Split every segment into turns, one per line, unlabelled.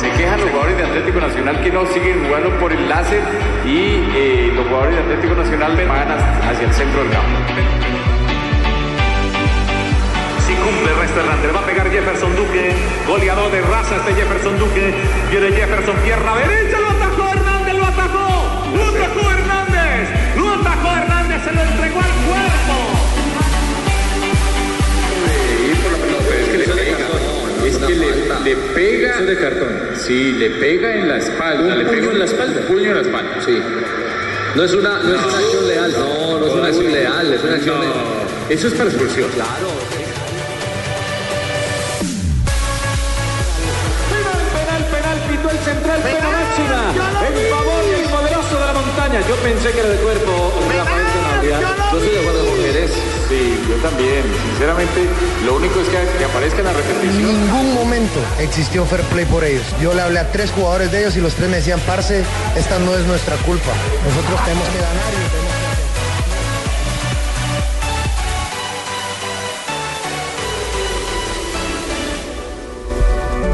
Se quejan los jugadores de Atlético Nacional que no siguen jugando por el láser y eh, los jugadores de Atlético Nacional van hacia hacia el centro del campo.
Si cumple Resta Hernández, va a pegar Jefferson Duque, goleador de raza este Jefferson Duque, viene Jefferson, pierna derecha, lo atajó Hernández, lo atajó, lo atajó Hernández, lo atajó Hernández, se lo entregó al cuerpo.
es que le pega, es que le, pega. de cartón. Sí, le pega en la espalda. le puño en la espalda. puño en la espalda. Sí.
No es una, no es una acción leal, no, no es una acción leal, es una acción
Eso es para expulsión. Claro.
Penal, penal, penal, pitó el central, penal, en favor del poderoso de la montaña. Yo pensé que era de cuerpo, Rafael Sanabria.
Yo estoy de acuerdo con Jerez.
Sí, yo también. Sinceramente, lo único es que, que aparezca en la repetición.
ningún momento existió fair play por ellos. Yo le hablé a tres jugadores de ellos y los tres me decían, parce, esta no es nuestra culpa. Nosotros tenemos que ganar y tenemos que hacer".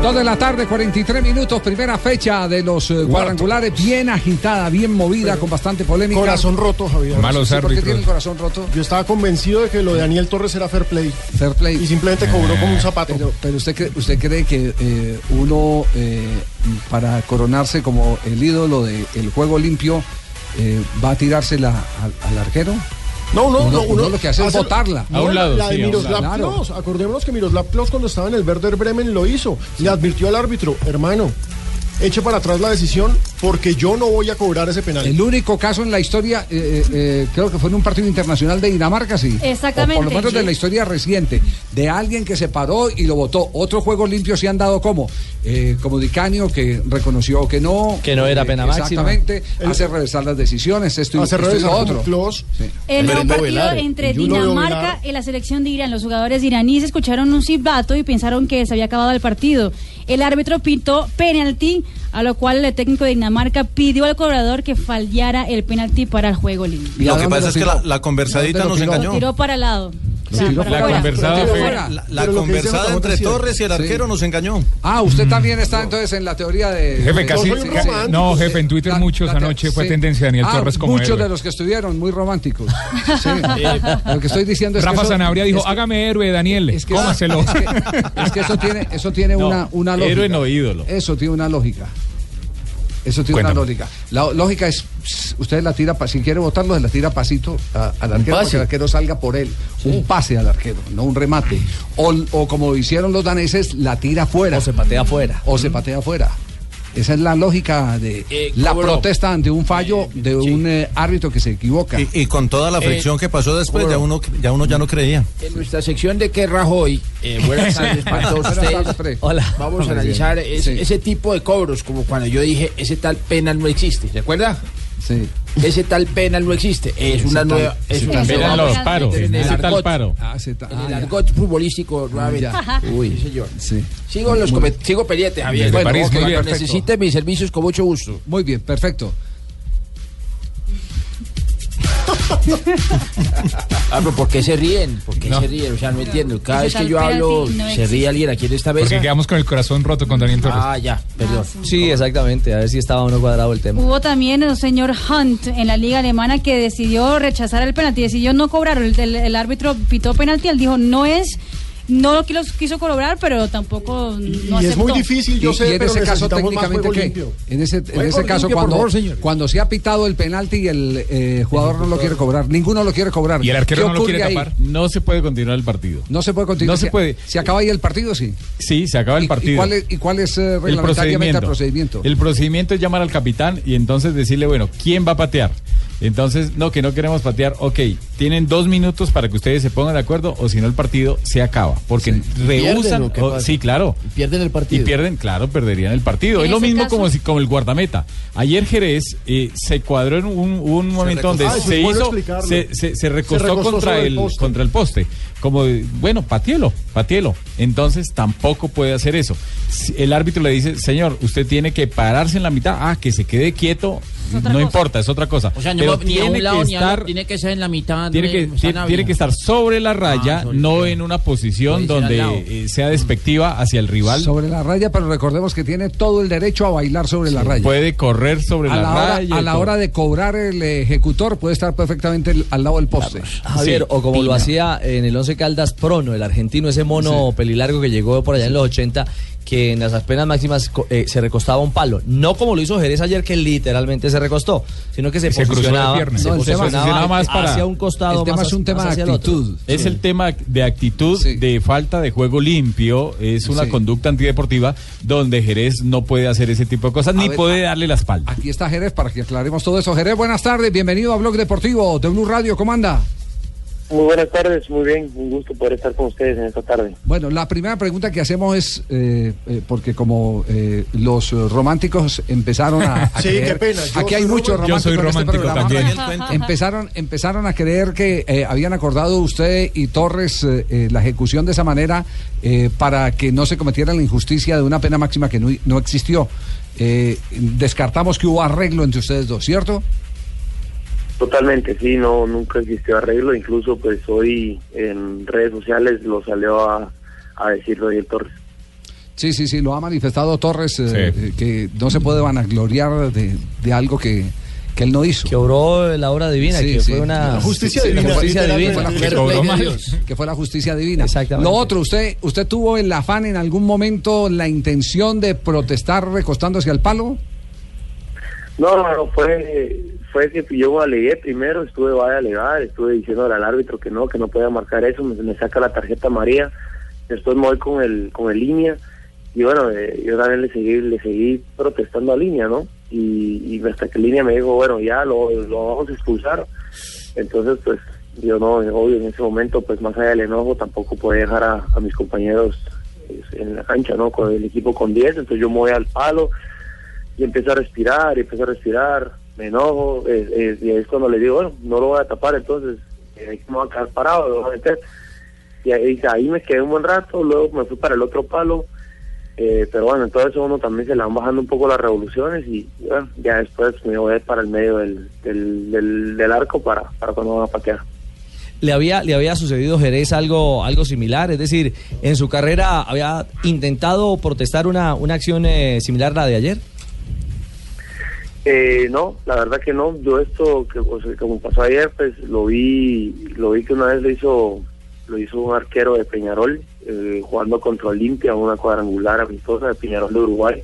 Dos de la tarde, 43 minutos, primera fecha de los eh, cuadrangulares, bien agitada, bien movida, con bastante polémica.
Corazón roto, Javier.
Sí, ¿Por qué tiene el corazón roto?
Yo estaba convencido de que lo de Daniel Torres era fair play
Fair play.
y simplemente cobró como un zapato.
Pero, pero usted, cree, usted cree que eh, uno, eh, para coronarse como el ídolo del juego limpio, eh, va a tirársela al, al arquero?
no, no,
uno-
no,
uno lo que hace es botarla.
No,
A un lado,
La de
sí, a un
Miroslav
lado. Claro.
Klose. Acordémonos que Miroslav Klose cuando estaba en el Werder Bremen lo hizo. Le advirtió al árbitro, hermano, eche para atrás la decisión porque yo no voy a cobrar ese penal.
El único caso en la historia, eh, eh, eh, creo que fue en un partido internacional de Dinamarca, sí.
Exactamente.
O por lo menos de
Sí.
la historia reciente, de alguien que se paró y lo votó. Otros juegos limpios se han dado como, eh, como Dicanio, que reconoció que no.
Que no era
eh,
pena máxima.
Exactamente.
El-
hace reversar las decisiones, esto y,
Hace
esto y lo
regresar
otro.
como Klose.
Sí.
En
Pero
un
no
partido
velaron.
entre
Yo no veo
Dinamarca
velar.
y la selección de Irán, los jugadores iraníes escucharon un silbato y pensaron que se había acabado el partido. El árbitro pintó penalti, a lo cual el técnico de Dinamarca pidió al cobrador que fallara el penalti para el juego limpio.
¿Y a
Lo que
dónde
pasa es que la,
tiró?
la conversadita
¿Dónde lo
nos
tiró?
engañó.
Lo tiró para el lado. O sea,
tiró
para
para
La
Fuera.
afuera.
conversada
Pero
fue
fuera.
La, la
Pero lo que dice
conversada
JJ
entre
es cierto.
Torres y el arquero nos engañó.
Ah, usted también está entonces en la teoría de.
Jefe,
de-
casi-
Sí,
ca-
sí.
no, jefe,
en Twitter
La-
muchos
la te-
anoche fue
sí.
tendencia Daniel
Ah,
Torres como
Muchos
héroe.
de los que estuvieron muy románticos. Sí. Lo que estoy diciendo es que.
Rafa
eso-
Zanabria dijo,
es que-
hágame héroe, Daniel.
Es que,
Cómaselo.
es que- es que eso tiene, eso tiene una, una lógica.
héroe no, ídolo.
Eso tiene una lógica. Eso tiene
Cuéntame.
una lógica. La lógica es, pss, usted la tira, pa- si quiere votarlo, se la tira pasito a- al arquero, para que el arquero salga por él. Un pase al arquero, no un remate. O, o como hicieron los daneses, la tira afuera. O se patea afuera. O se patea afuera. Esa es la lógica de la protesta ante un fallo de un eh, árbitro que se equivoca.
Y, y con toda la fricción que pasó después, ya uno, ya uno ya no creía.
En nuestra sección de que Rajoy, eh, buenas tardes para todos
Buenas tardes,
ustedes.
Fred.
Hola. Vamos a analizar ese,
Sí.
ese tipo de cobros, como cuando yo dije, ese tal penal no existe, ¿recuerda?
Sí.
Ese tal penal no existe, es una
tal-
nueva... Es
ese
una
tal
nueva-
penal no.
los paros.
En el
Ese tal
argot.
paro.
Ah, se ta-
En el
ah, ya. Ah,
argot futbolístico, nuevamente.
ya.
Uy, sí, señor.
Sí.
Sigo, en los
Muy-
coment- sigo pendiente, Javier.
Desde París,
ok,
muy bien.
cuando necesite mis servicios con mucho gusto.
Muy bien, perfecto.
Ah, pero ¿por qué se ríen? ¿Por qué
No.
se ríen? O sea, no entiendo. Cada
Ese
vez que
tal
yo
penalti
hablo,
no
se
existe.
ríe alguien aquí en este esta mesa.
Porque quedamos con el corazón roto con Daniel Torres.
Ah, ya, perdón.
Sí, exactamente. A ver si estaba uno cuadrado el
Uh,
tema.
Hubo también el señor Hunt en la liga alemana que decidió rechazar el penalti, decidió no cobrar, el, el- el árbitro pitó penalti, él dijo no es, No lo quiso, quiso cobrar, pero tampoco no
y es muy
aceptó.
difícil, yo
y,
sé,
y en
pero
ese caso
necesitamos más
técnicamente
juego
qué?
limpio.
En ese, en
Juego
ese caso
limpio, por
cuando,
favor, señores.
cuando se ha pitado el penalti y el eh, jugador no lo quiere cobrar, ninguno lo quiere cobrar.
Y el arquero
¿Qué
no lo
ocurre
quiere
ahí?
tapar. No se puede continuar el partido.
No se puede continuar.
No se puede.
Se acaba ahí el partido, sí.
Sí, se acaba el partido.
¿Y cuál es, y cuál es, eh,
pues,
reglamentariamente el procedimiento?
El procedimiento es llamar al capitán y entonces decirle, bueno, ¿quién va a patear? Entonces, no, que no queremos patear. Ok, tienen dos minutos para que ustedes se pongan de acuerdo o si no el partido se acaba. Porque
Pierden,
rehusan.
¿o qué
o-
pasa?
sí, claro.
Pierden el partido.
Y pierden, claro, perderían el partido.
En
Es lo
ese
mismo
caso-
como, si, como el guardameta. Ayer Jerez eh, se cuadró en un, un momento donde
recostó. Ah, eso
se
es bueno
hizo,
explicarlo.
se, se- se
Se
recostó,
recostó
contra,
sobre el
el,
poste.
contra el poste. Como, de, bueno, patielo, patielo. Entonces tampoco puede hacer eso. Si El árbitro le dice, señor, usted tiene que pararse en la mitad. Ah, que se quede quieto, no importa, es otra cosa.
O sea,
Pero
no va ni a
tiene
un lado
que
ni a otro,
estar
tiene que ser en la mitad.
tiene que,
o sea,
tiene,
nada
tiene
bien.
que estar sobre
Ah,
la raya, no en una posición
Puede ser al lado.
donde eh, sea despectiva hacia el rival.
Sobre la raya, pero recordemos que tiene todo el derecho a bailar sobre la raya.
Puede correr sobre
a
la,
la, hora,
raya.
a
y
la
todo.
hora de cobrar el ejecutor puede estar perfectamente el- al lado del poste.
Javier, o como lo hacía en el 11 Caldas Prono, el argentino, ese mono pelilargo que llegó por allá en los 80, que en las penas máximas co- eh, se recostaba un palo. No como lo hizo Jerez ayer, que literalmente se recostó, sino que se,
se cruzó la
posicionaba,
pierna.
se
No, el tema-
posicionaba
posicionaba más para-
hacia un costado.
El tema
más
es un
hacia-
tema
más
de
hacia el otro.
actitud. Es
Sí.
el tema de actitud, de falta de juego limpio, es una
Sí.
conducta antideportiva donde Jerez no puede hacer ese tipo de cosas
A
ni
ver,
puede darle la espalda.
Aquí está Jerez para que aclaremos todo eso. Jerez, buenas tardes, bienvenido a Blog Deportivo de Blue Radio, ¿cómo anda?
Muy buenas tardes, muy bien, un gusto poder estar con ustedes en esta tarde.
Bueno, la primera pregunta que hacemos es, eh, eh, porque como eh, los eh, románticos empezaron a... a
Sí,
creer-
qué pena, yo
Aquí hay
soy
muchos
romántico. Yo soy
románticos en este
romántico
programa.
también.
Empezaron, empezaron a creer que eh, habían acordado usted y Torres eh, eh, la ejecución de esa manera eh, para que no se cometiera la injusticia de una pena máxima que no, no existió. Eh, descartamos que hubo arreglo entre ustedes dos, ¿cierto?
Totalmente, sí, no, nunca existió arreglo, incluso pues hoy en redes sociales lo salió a, a decirlo y el Torres.
Sí, sí, sí, lo ha manifestado Torres, eh, eh, que no se puede vanagloriar de, de algo que, que él no hizo. Que
obró la obra divina, que fue una-
La justicia
sí, la
divina.
justicia divina.
Que fue la
Que
justicia
cobró
divina.
mal.
Que fue la justicia divina. Lo otro, usted, ¿usted tuvo el afán en algún momento la intención de protestar recostándose al palo?
No, no, no, fue, fue que yo alegué primero, estuve va a alegar, estuve diciéndole al árbitro que no, que no podía marcar eso, me, me saca la tarjeta María, después me voy con el, con el línea, y bueno, eh, yo también le seguí, le seguí protestando a línea, ¿no? Y, y hasta que línea me dijo, bueno, ya lo, lo vamos a expulsar. Entonces, pues, yo no, obvio, en ese momento, pues, más allá del enojo, tampoco podía dejar a, a mis compañeros eh, en la cancha, ¿no? Con el equipo con 10, entonces yo me voy al palo y empiezo a respirar, y empiezo a respirar, me enojo, eh, eh, y ahí es cuando le digo, bueno, no lo voy a tapar, entonces, eh, ahí me voy a quedar parado, lo voy a meter. Y ahí, ahí me quedé un buen rato, luego me fui para el otro palo, eh, pero bueno, entonces uno también se le van bajando un poco las revoluciones y bueno, ya después me voy para el medio del, del, del, del arco para, para cuando van a patear.
le había, le había sucedido a Jerez algo, algo similar, es decir, en su carrera había intentado protestar una, una acción eh, similar a la de ayer.
Ah,
Eh, no, la verdad que no. Yo esto, que, o sea, como pasó ayer, pues lo vi, lo vi que una vez lo hizo, lo hizo un arquero de Peñarol, eh, jugando contra Olimpia, una cuadrangular amistosa de Peñarol de Uruguay.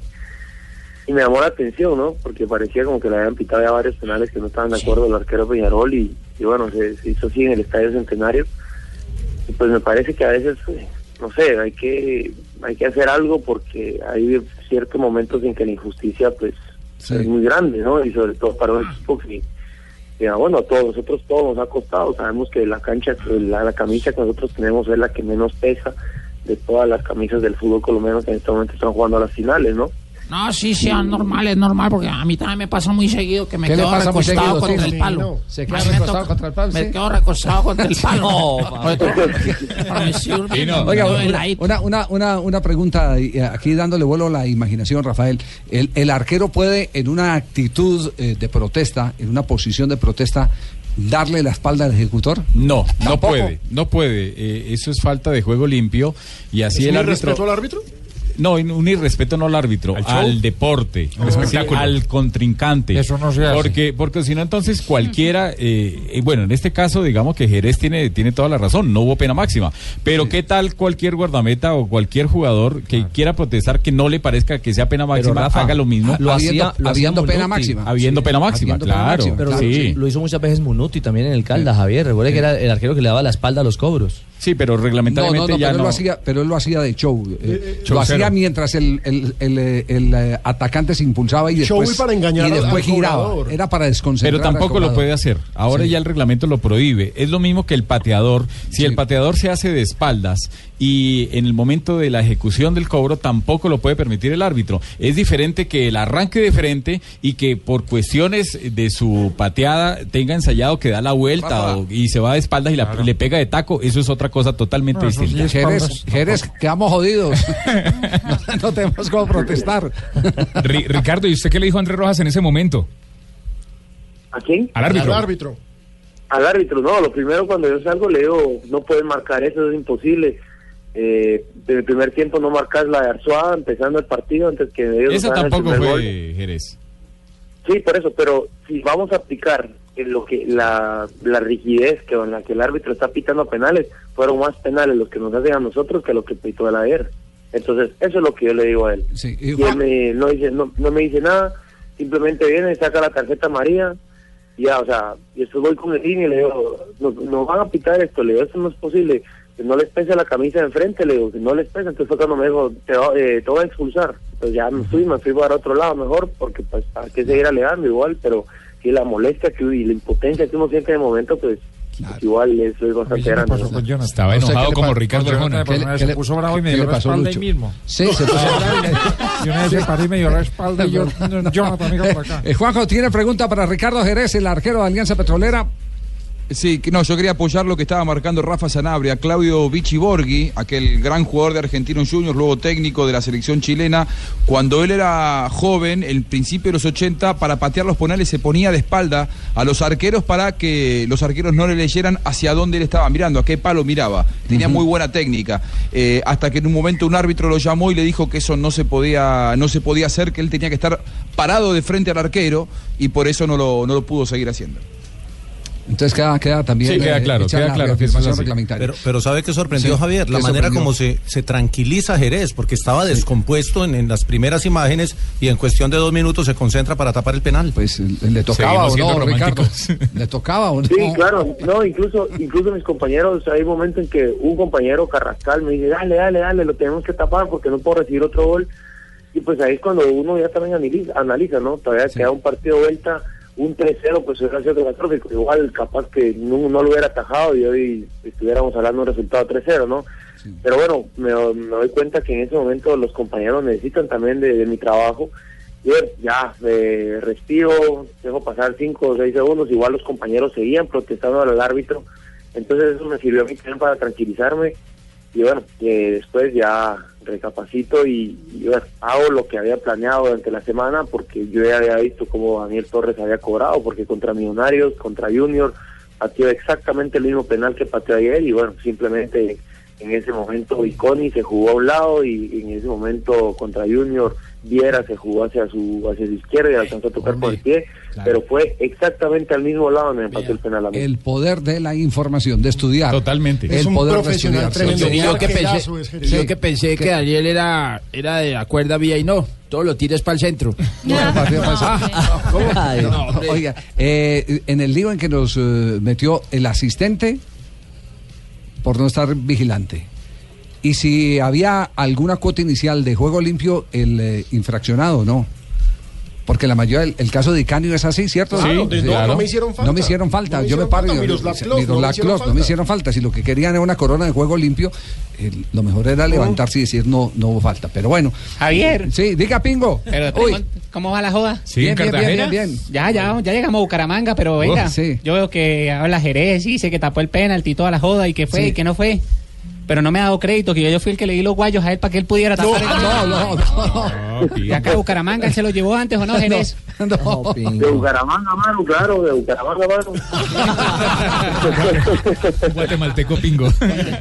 Y me llamó la atención, ¿no? Porque parecía como que le habían pitado ya varios penales que no estaban de acuerdo el arquero de Peñarol y, y bueno, se, se hizo así en el Estadio Centenario. Y pues me parece que a veces, eh, no sé, hay que, hay que hacer algo porque hay ciertos momentos en que la injusticia, pues, es muy grande, ¿no? Y sobre todo para
Ah.
un equipo que, que, ah, bueno, a todos nosotros todos nos ha costado. Sabemos que la cancha, que la, la camisa que nosotros tenemos es la que menos pesa de todas las camisas del fútbol colombiano que en este momento están jugando a las finales, ¿no?
No, sí, sí, es normal, es normal, porque a mí también me pasa muy seguido que me
¿Qué le
quedo
pasa muy
recostado
seguido,
contra
sí?
el palo. Se
Sí, no. queda recostado
contra el palo, Me quedo recostado contra el palo.
No,
Oiga,
no, el
una, una, una, una- una pregunta eh, aquí dándole vuelo a la imaginación, Rafael. El, el arquero puede en una actitud eh, de protesta, en una posición de protesta, darle la espalda al ejecutor?
No, no
¿Tampoco?
puede, no puede. Eh, eso es falta de juego limpio y así
¿Es
el
un
árbitro.
irrespeto
al árbitro?
no, un irrespeto no al árbitro, al,
show?
deporte,
Al espectáculo.
al contrincante.
Eso no se hace.
Porque, porque si no, entonces cualquiera, eh, eh, bueno, en este caso, digamos que Jerez tiene, tiene toda la razón, no hubo pena máxima. Pero ¿qué tal cualquier guardameta o cualquier jugador que quiera protestar que no le parezca que sea pena máxima,
Rafa,
haga lo mismo?
lo hacía- lo hacía
habiendo
Menotti.
Habiendo pena máxima,
Haciendo pena
claro.
máxima, pero
sí.
lo, lo hizo muchas veces Munuti también en el Caldas, Javier. Recuerde que era el arquero que le daba la espalda a los cobros.
Sí, pero
No, no, no, pero, Él lo hacía, pero él lo hacía de show. eh, lo hacía
showcero.
mientras el, el- el, eh, el, eh, atacante se impulsaba y
Show
después,
y para engañar
y
al-
después
al
giraba.
cobrador.
Era para desconcentrar.
Pero tampoco
al
lo
cobrador.
puede hacer. Ahora
Ah,
ya el reglamento lo prohíbe. Es lo mismo que el pateador. Si el pateador se hace de espaldas y en el momento de la ejecución del cobro tampoco lo puede permitir el árbitro. Es diferente que el arranque de frente y que por cuestiones de su pateada tenga ensayado que da la vuelta o- y se va de espaldas y la- le pega de taco. Eso es otra cosa totalmente
No, eso sí
distinta.
es Jerez, Jerez, quedamos jodidos. no, no tenemos cómo protestar.
Ri- Ricardo, ¿y usted qué le dijo a Andrés Rojas en ese momento?
¿A quién?
Al árbitro.
árbitro.
Al árbitro, no, lo primero cuando yo salgo le digo, no puedes marcar eso, es imposible. Eh, desde el primer tiempo no marcas la de Arzuaga empezando el partido antes que ellos
Esa
hagan el
tampoco
primer
fue
gol.
Jerez.
Sí, por eso, pero si vamos a aplicar en lo que la, la rigidez que con la que el árbitro está pitando penales, fueron más penales los que nos hacen a nosotros que los que pitó el ayer. Entonces, eso es lo que yo le digo a él.
Sí,
Y él me- no, dice, no, no me dice nada, simplemente viene, saca la tarjeta María, y ya, o sea, yo estoy- voy con el línea y le digo, nos, nos van a pitar esto, le digo, eso no es posible, que no les pese la camisa de enfrente, le digo, que no les pese, entonces fue cuando me dijo, te, va- eh, te voy a expulsar, pues ya me fui, me fui para otro lado mejor, porque pues hay que seguir alegando igual, pero si la molestia que y la impotencia que uno siente de momento, pues, pues igual eso es bastante grande. ¿no?
Estaba
No sé
enojado
qué le
como
pasó
Ricardo
con
Arjona.
Jonathan, ¿qué le- qué le- qué le pasó, Lucho? Sí, se puso
Yo una vez se paré y me dio la espalda y yo, Jonathan, mira por acá.
Eh, Juanjo, ¿tiene pregunta para Ricardo Jerez, el arquero de Alianza Petrolera?
Sí, que- no, yo quería apoyar lo que estaba marcando Rafa Sanabria, Claudio Vichy Borghi, aquel gran jugador de Argentinos Juniors, luego técnico de la selección chilena. Cuando él era joven, en principio de los 80, para patear los penales se ponía de espalda a los arqueros para que los arqueros no le leyeran hacia dónde él estaba mirando, a qué palo miraba. Tenía muy buena técnica. Eh, hasta que en un momento un árbitro lo llamó y le dijo que eso no se podía, no se podía hacer, que él tenía que estar parado de frente al arquero y por eso no lo, no lo pudo seguir haciendo.
Entonces queda, queda también.
Sí, queda
eh,
claro,
hecha
queda
la
claro que eso es
reafirmación
así.
reglamentaria.
Pero, pero sabe que sorprendió
Sí,
Javier, la
que
manera
sorprendió.
como se, se tranquiliza Jerez, porque estaba descompuesto en, en las primeras imágenes y en cuestión de dos minutos se concentra para tapar el penal.
Pues le ¿Tocaba o no, Ricardo? ¿Le tocaba o no?
Sí, claro, no, incluso incluso mis compañeros, hay momentos en que un compañero Carrascal me dice, dale, dale, dale, lo tenemos que tapar porque no puedo recibir otro gol. Y pues ahí es cuando uno ya también analiza, analiza ¿no? Todavía queda un partido de vuelta, un 3-0, pues hubiera sido catastrófico. Igual capaz que no, no lo hubiera atajado y hoy estuviéramos hablando de un resultado 3-0, ¿no? Pero bueno, me, me doy cuenta que en ese momento los compañeros necesitan también de, de mi trabajo. Y bueno, ya, eh, respiro, dejo pasar 5 o 6 segundos, igual los compañeros seguían protestando al árbitro. Entonces eso me sirvió a mí también para tranquilizarme. Y bueno, eh, después ya recapacito y, y bueno, hago lo que había planeado durante la semana porque yo ya había visto cómo Daniel Torres había cobrado, porque contra Millonarios, contra Junior, pateó exactamente el mismo penal que pateó ayer y bueno, simplemente en ese momento Iconi se jugó a un lado y, y en ese momento contra Junior Viera se jugó hacia su hacia su izquierda y alcanzó a tocar con el pie, pero fue exactamente al mismo lado donde empató el penal a mí.
El poder de la información, de estudiar. Totalmente. El
Es un
poder
profesional
de estudiar.
tremendo.
sí.
Y yo que pensé,
Arquerazo es Jerez.
yo que, pensé que
¿Qué?
Daniel era, era de la cuerda vía y no, todo lo tires para el centro.
Ay,
No,
no,
hombre.
Oiga, eh, en el lío en que nos eh, metió el asistente por no estar vigilante. Y si había alguna cuota inicial de juego limpio, el eh, infraccionado, no. Porque la mayoría, el, el caso de Icanio es así, ¿cierto?
Claro, Sí, de- no- no me hicieron falta.
No me hicieron falta.
No me
Yo me
hicieron
paro
falta,
y
Miroslav Klose, no me
Miroslav
hicieron
Klose, no me hicieron falta. Si lo que querían era una corona de juego limpio, eh, lo mejor era levantarse y decir no, no hubo falta. Pero bueno.
Javier.
Sí, diga Pingo.
Pero
Uy.
pregun- ¿cómo va la joda?
Sí, Bien, en bien, Cartagena. bien, bien,
Ya, ya, ya llegamos a Bucaramanga, pero venga.
Oh, sí.
Yo veo que habla Jerez, dice que tapó el penalti y toda la joda, y que fue,
Sí.
y que no fue. Pero no me ha dado crédito, que yo, yo fui el que le di los guayos a él para que él pudiera tapar el penalti.
no, no, no.
¿De acá a Bucaramanga se lo llevó antes o no, Jerez?
De Bucaramanga, mano, claro, de Bucaramanga, mano.
Guatemalteco pingo.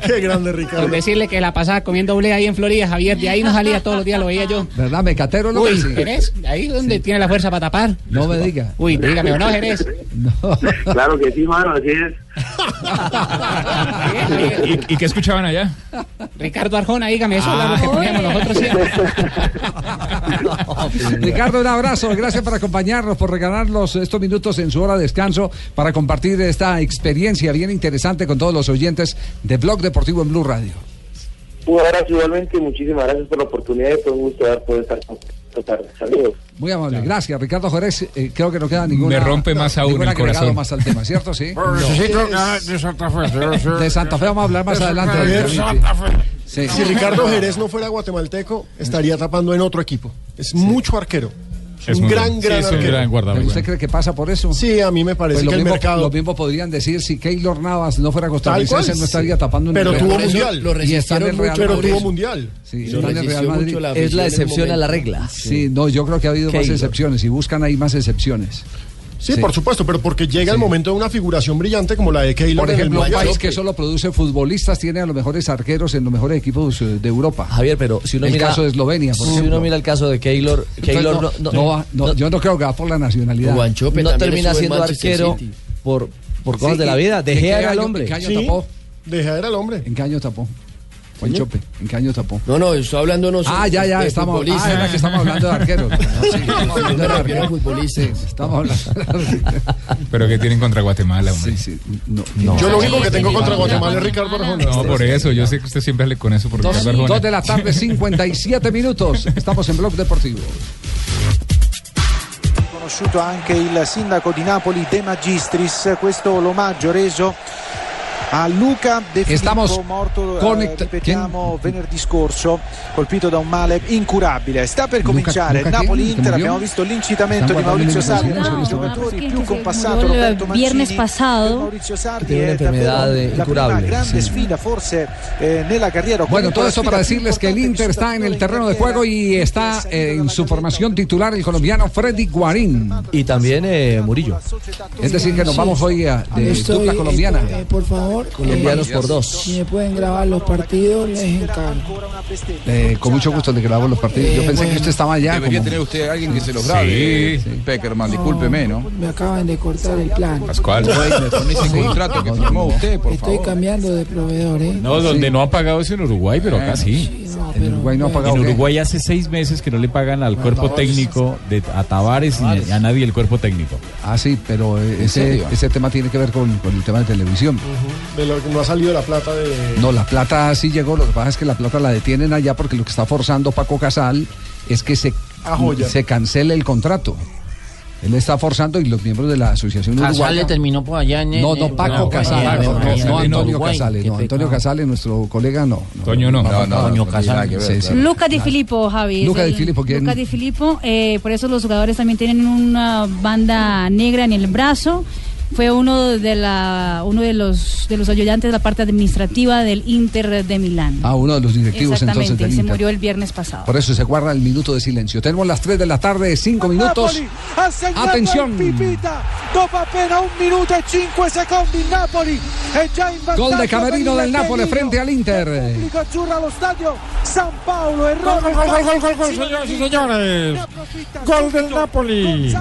Qué grande, Ricardo. Con decirle que la pasaba comiendo doble ahí en Florida, Javier, de ahí no salía todos los días, lo veía yo.
¿Verdad? Mecatero lo
Uy,
dice.
Jerez, ahí es donde tiene la fuerza para tapar.
No me diga.
Uy, dígame, ¿o no, Jerez?
Claro que sí, mano, así es.
¿Y, y qué escuchaban allá?
Ricardo Arjona, dígame, eso
Ah.
es lo que poníamos nosotros siempre.
Ricardo, un abrazo. Gracias por acompañarnos, por regalarnos estos minutos en su hora de descanso para compartir esta experiencia bien interesante con todos los oyentes de Blog Deportivo en Blue Radio.
Un abrazo igualmente y muchísimas gracias por la oportunidad y fue un gusto dar- poder estar con esta tarde. Saludos.
Muy amable, gracias. Ricardo Jorés, eh, creo que no queda ninguna.
Me rompe más aún
ningún
el
agregado
corazón.
más al tema, ¿cierto? Sí.
Pero necesito nada de Santa Fe. pero eso-
De Santa Fe vamos a hablar más
eso-
adelante.
de Santa Fe.
Sí.
Si Ricardo Jerez no fuera guatemalteco, estaría tapando en otro equipo. Es mucho arquero. Es, un gran, gran arquero.
¿Usted cree que pasa por eso? Pues
Sí, a mí me parece
lo
que el
mismo,
mercado-
Lo mismo podrían decir si Keylor Navas no fuera
Tal
costarricense,
cual,
no estaría
sí.
tapando un
Pero
Real
tuvo
Madrid.
mundial. Lo
Y está en el
resistieron
Real
mucho, pero
Madrid.
tuvo mundial.
Sí,
Lo
está en el Real
resistió mucho
Madrid.
la afición Es la en ese excepción a la momento. regla.
Sí, no, yo creo que ha habido más
Keylor.
excepciones y buscan ahí más excepciones.
Sí, por supuesto, pero porque llega el momento de una figuración brillante como la de Keylor
Por
en el
ejemplo, un
Mallorca.
país que solo produce futbolistas tiene a los mejores arqueros en los mejores equipos eh, de Europa. Javier, pero si
uno
el
mira-
caso de Eslovenia, por
si
ejemplo.
uno mira el caso de Keylor,
Entonces,
Keylor
no,
no,
no va- no, yo no creo que va por la nacionalidad.
no termina siendo arquero por, por cosas
Sí,
de la
y-
vida.
¿en
Dejé
qué
al
año-
hombre.
en qué año tapó?
Dejé al hombre.
¿En qué año tapó? Juanchope, ¿en qué año tapó?
No, no, estoy hablando no
Ah, ya, ya, estamos, ah, era que estamos hablando de arqueros. Sí, estamos hablando de arqueros. Sí, estamos hablando de arqueros.
Pero que tienen contra Guatemala, hombre.
no.
Yo lo único que tengo contra Guatemala es
Ah.
Ricardo Arjona.
No, por eso, yo sé que usted siempre le con eso por
Dos,
Ricardo Arjona.
dos de la tarde, 57 minutos. Estamos en Blog Deportivo.
conosciuto anche il sindaco di Napoli De Magistris, questo l'omaggio reso a Luca De
Estamos
Filippo morto eh,
connect-
ripetiamo venerdì scorso colpito da un male incurabile sta per cominciare
Luca chi? Che
Napoli-Inter
murió?
abbiamo visto l'incitamento
Stiamo
di Maurizio
guardando
Sarri
in
uno dei
televisione,
giocatori
que
più
se
compassato
murió el
Roberto
viernes
Mancini
pasado.
Sarri è
tiene una
davvero
enfermedad
la prima
incurabile,
grande
sì.
sfida forse eh, nella carriera
Bueno,
o comunque
todo
la
esto
sfida
para
più
decirles que el Inter está en el terreno de juego y está eh, en su formación titular el colombiano Freddy Guarín. Y también
eh,
Murillo. Es decir, que nos vamos hoy a, de
Estoy,
dupla colombiana.
eh, por favor,
Colombianos
eh,
por dos.
Si me pueden grabar los partidos, les encargo.
Eh, con mucho gusto le grabo los partidos. Yo pensé que usted estaba allá.
Debería
como-
tener usted a alguien que se los grabe. eh, Peckerman, discúlpeme, ¿no?
Me acaban de cortar el plan.
Pascual. Con ese contrato que firmó usted, por
Estoy
favor.
cambiando de proveedor, ¿eh?
No, donde no ha pagado es en Uruguay, pero acá sí.
En Uruguay no ha pagado.
En
¿qué?
Uruguay hace seis meses que no le pagan al cuerpo técnico de a Tavares ni a- a nadie el cuerpo técnico.
Ah, sí, pero eh, ese,
serio?
ese tema tiene que ver con, con el tema de televisión.
De lo que no ha salido la plata de.
No, la plata sí llegó, lo que pasa es que la plata la detienen allá porque lo que está forzando Paco Casal es que se,
Ah, joya.
se cancele el contrato. Él está forzando y los miembros de la Asociación
Casal
Uruguaya...
le terminó por allá en
No, no, Paco Casal, no, no, no, Antonio Casales,
Casal
no, Antonio Casales, nuestro colega, no.
Toño no. No, no,
Antonio
no, nada que ver,
Sí, sí.
Lucas Di Filippo, Javi. es
Luca Di
el-
Filippo, ¿quién?
Luca Di Filippo, eh, por eso los jugadores también tienen una banda negra en el brazo. Fue uno de la uno de los de los ayudantes de la parte administrativa del Inter de Milán.
Ah, uno de los directivos
Exactamente,
entonces del
y se
Inter.
murió el viernes pasado.
Por eso se guarda el minuto de silencio. Tenemos las 3 de la tarde, 5 minutos.
Napoli ha segnato
Attenzione.
il Pipita dopo appena un minuto e cinque secondi il Napoli è già in vantaggio
Gol de Camerino
Camerino
del Nápoles frente al Inter.
pubblico azzurro allo stadio San Paolo errore
Gol, gol, gol, gol, gol, gol, señoras y señores. Gol del Napoli.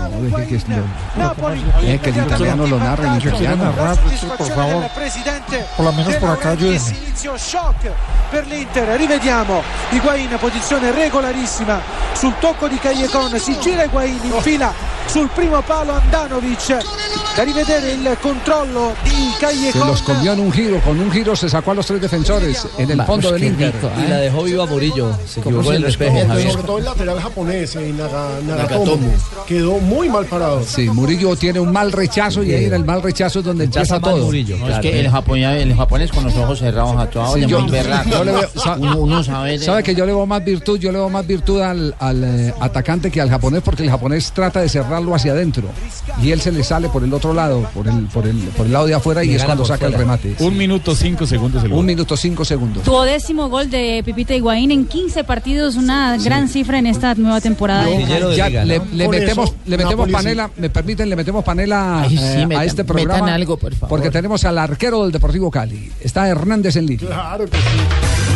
Eh, que el italiano lo narra.
Yo quiero narrar,
pues,
sí, por favor.
presidente
Por lo menos por acá
Inizio
ayúdenme.
shock per l'Inter rivediamo Higuain posizione regolarissima sul tocco di Cagliacon si gira Higuain in fila sul primo palo Andanovic da rivedere il controllo di
Se
Cagliacon
los comió en un giro, con un giro se sacó a los tres defensores en el fondo del Inter.
Y la dejó viva Murillo. Se
¿Cómo
equivocó
se
en el
les
despeje,
coge?
Pero
Javier.
sobre todo el lateral japonés, eh, Naga- Nagatomo. Quedó muy mal parado.
Sí, Murillo tiene un mal rechazo y ahí en el mal rechazo es donde empieza todo.
No, es que el japonés, el japonés con los ojos cerrados a
Ah,
todo,
Sí,
le
yo-
muy berraco.
yo le veo- sa-
uno, uno sabe. de-
¿Sabe que yo le veo más virtud? Yo le veo más virtud al, al, eh, atacante que al japonés porque el japonés trata de cerrarlo hacia adentro y él se le sale por el otro otro lado, por el, por el, por el lado de afuera, y
Le
es
gana
cuando
por
saca el
fuera.
remate.
Un minuto cinco segundos.
Un minuto cinco segundos.
Duodécimo gol de Pipita Higuaín en 15 partidos, una gran cifra en esta nueva temporada. de James.
Ya, le, le
Por
metemos,
eso,
le metemos
Napoli sí.
panela, me permiten, le metemos panela
Ay, sí,
eh,
metan-
a este
metan
programa.
algo, por favor.
Porque tenemos al arquero del Deportivo Cali. Está Hernández en línea.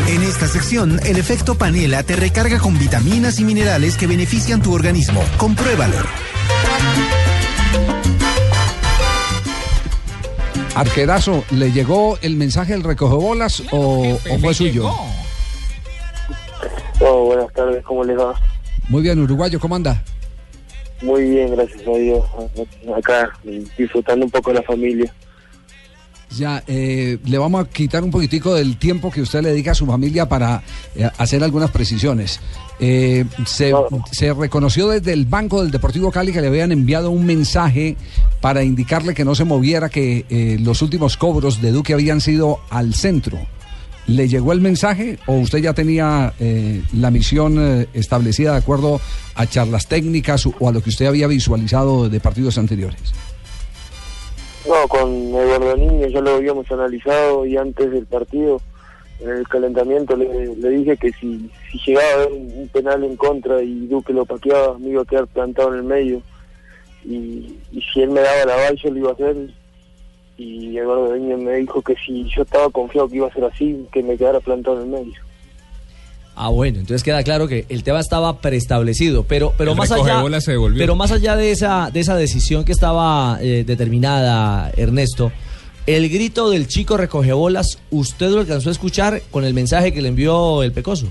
En esta sección, el efecto panela te recarga con vitaminas y minerales que benefician tu organismo. Compruébalo.
Arquerazo, ¿le llegó el mensaje del recogebolas o, o fue suyo?
Oh, buenas tardes, ¿cómo les va?
Muy bien, uruguayo, ¿cómo anda?
Muy bien, gracias a Dios. Acá disfrutando un poco de la familia.
Ya, eh, le vamos a quitar un poquitico del tiempo que usted le dedica a su familia para eh, hacer algunas precisiones. Eh, se, se reconoció desde el Banco del Deportivo Cali que le habían enviado un mensaje para indicarle que no se moviera, que eh, los últimos cobros de Duque habían sido al centro. ¿Le llegó el mensaje o usted ya tenía eh, la misión eh, establecida de acuerdo a charlas técnicas o a lo que usted había visualizado de partidos anteriores?
No, con Eduardo Niño ya lo habíamos analizado y antes del partido, en el calentamiento, le, le dije que si, si llegaba a haber un, un penal en contra y Duque lo paqueaba, me iba a quedar plantado en el medio. Y, y si él me daba la bala, yo lo iba a hacer. Y Eduardo Niño me dijo que si yo estaba confiado que iba a ser así, que me quedara plantado en el medio.
Ah, bueno, entonces queda claro que el tema estaba preestablecido, pero, pero
El
más allá.
recogebolas se devolvió.
Pero más allá de esa, de esa decisión que estaba eh, determinada, Ernesto, el grito del chico recoge bolas, ¿usted lo alcanzó a escuchar con el mensaje que le envió el Pecoso?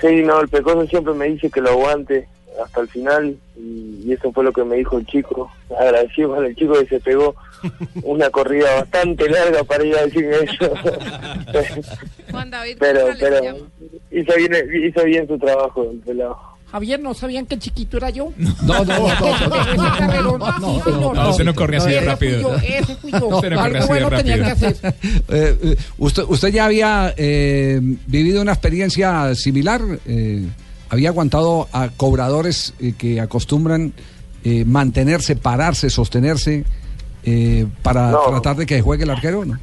Sí, no, el Pecoso siempre me dice que lo aguante hasta el final y, y eso fue lo que me dijo el chico. Agradecido con el chico que se pegó una corrida bastante larga para ir a decir eso. pero, pero hizo bien, hizo bien su trabajo el pelado.
Javier, ¿no sabían que el chiquito era yo?
No, no,
no, no,
No, usted no corre así de rápido.
Ese fui yo.
Usted no corre
Algo
así de
bueno tenía que
rápido.
hacer.
Eh, eh, usted, usted ya había eh, vivido una experiencia similar, eh, había aguantado a cobradores eh, que acostumbran eh, mantenerse, pararse, sostenerse eh, para
No.
tratar de que juegue el arquero, ¿no?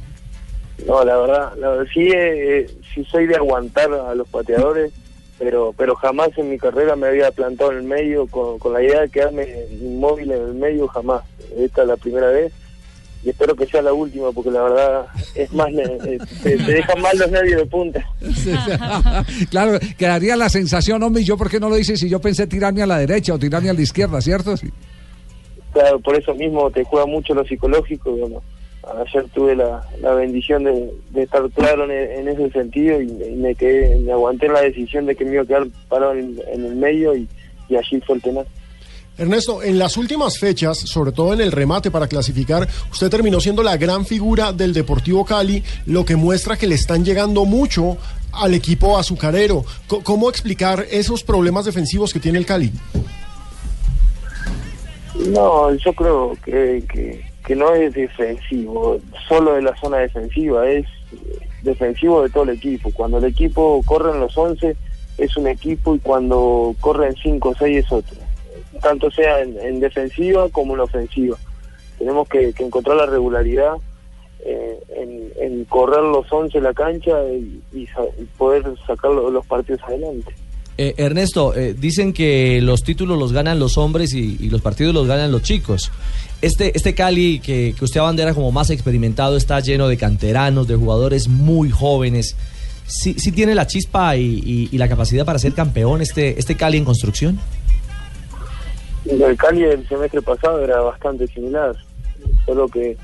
No, la verdad, la verdad, sí, eh, eh, sí soy de aguantar a los pateadores, pero pero jamás en mi carrera me había plantado en el medio con, con la idea de quedarme inmóvil en el medio, jamás. Esta es la primera vez y espero que sea la última porque la verdad es más, ne- eh, te, te dejan mal los nervios de punta.
claro, quedaría la sensación, hombre, ¿y yo por qué no lo hice si yo pensé tirarme a la derecha o tirarme a la izquierda, ¿cierto? Sí.
Claro, por eso mismo te juega mucho lo psicológico. y Bueno, ayer tuve la, la bendición de, de estar claro en, en ese sentido y, y me quedé, me aguanté la decisión de que me iba a quedar parado en, en el medio y, y allí fue el penal.
Ernesto, en las últimas fechas, sobre todo en el remate para clasificar, usted terminó siendo la gran figura del Deportivo Cali, lo que muestra que le están llegando mucho al equipo azucarero. Co- ¿Cómo explicar esos problemas defensivos que tiene el Cali?
No, yo creo que, que, que no es defensivo, solo de la zona defensiva, es defensivo de todo el equipo. Cuando el equipo corre en los 11 es un equipo y cuando corre en 5 o 6 es otro. Tanto sea en, en defensiva como en ofensiva. Tenemos que, que encontrar la regularidad eh, en, en correr los 11 en la cancha y, y sa- y poder sacar lo- los partidos adelante.
Eh, Ernesto, eh, dicen que los títulos los ganan los hombres y, y los partidos los ganan los chicos. Este, este Cali que, que usted abandera como más experimentado está lleno de canteranos, de jugadores muy jóvenes. ¿Sí, sí tiene la chispa y, y- y la capacidad para ser campeón este, este Cali en construcción?
El Cali del semestre pasado era bastante similar, solo que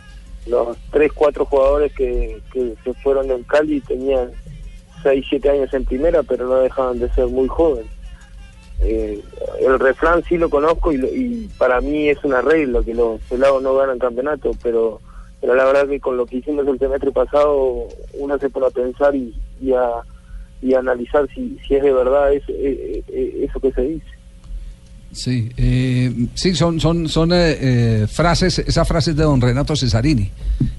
los 3, 4 jugadores que, que se fueron del Cali tenían 6, 7 años en primera, pero no dejaban de ser muy jóvenes. Eh, el refrán sí lo conozco y, lo- y para mí es una regla que los pelados no ganan campeonato, pero, pero la verdad que con lo que hicimos el semestre pasado uno se pone a pensar y, y a, y a analizar si, si es de verdad eso, eh, eh, eh, eso que se dice.
Sí, eh, sí, son, son, son eh, eh, frases, esas frases de don Renato Cesarini,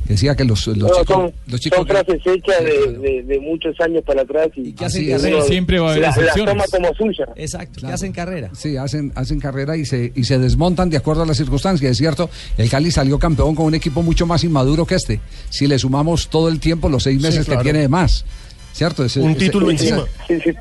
que decía que los, los
No,
chicos...
son,
los chicos
son frases hechas de, de- de muchos años para atrás y,
hacen
y
que hacen?
uno
Siempre va a haber
la- la
excepciones.
toma como suya.
Exacto,
Claro.
hacen carrera.
Sí, hacen, hacen carrera y se, y se desmontan de acuerdo a las circunstancias. Es cierto, el Cali salió campeón con un equipo mucho más inmaduro que este. Si le sumamos todo el tiempo, los seis
Sí,
meses
claro.
que tiene de más. ¿Cierto? Ese- ese- ese-
Sí, sí.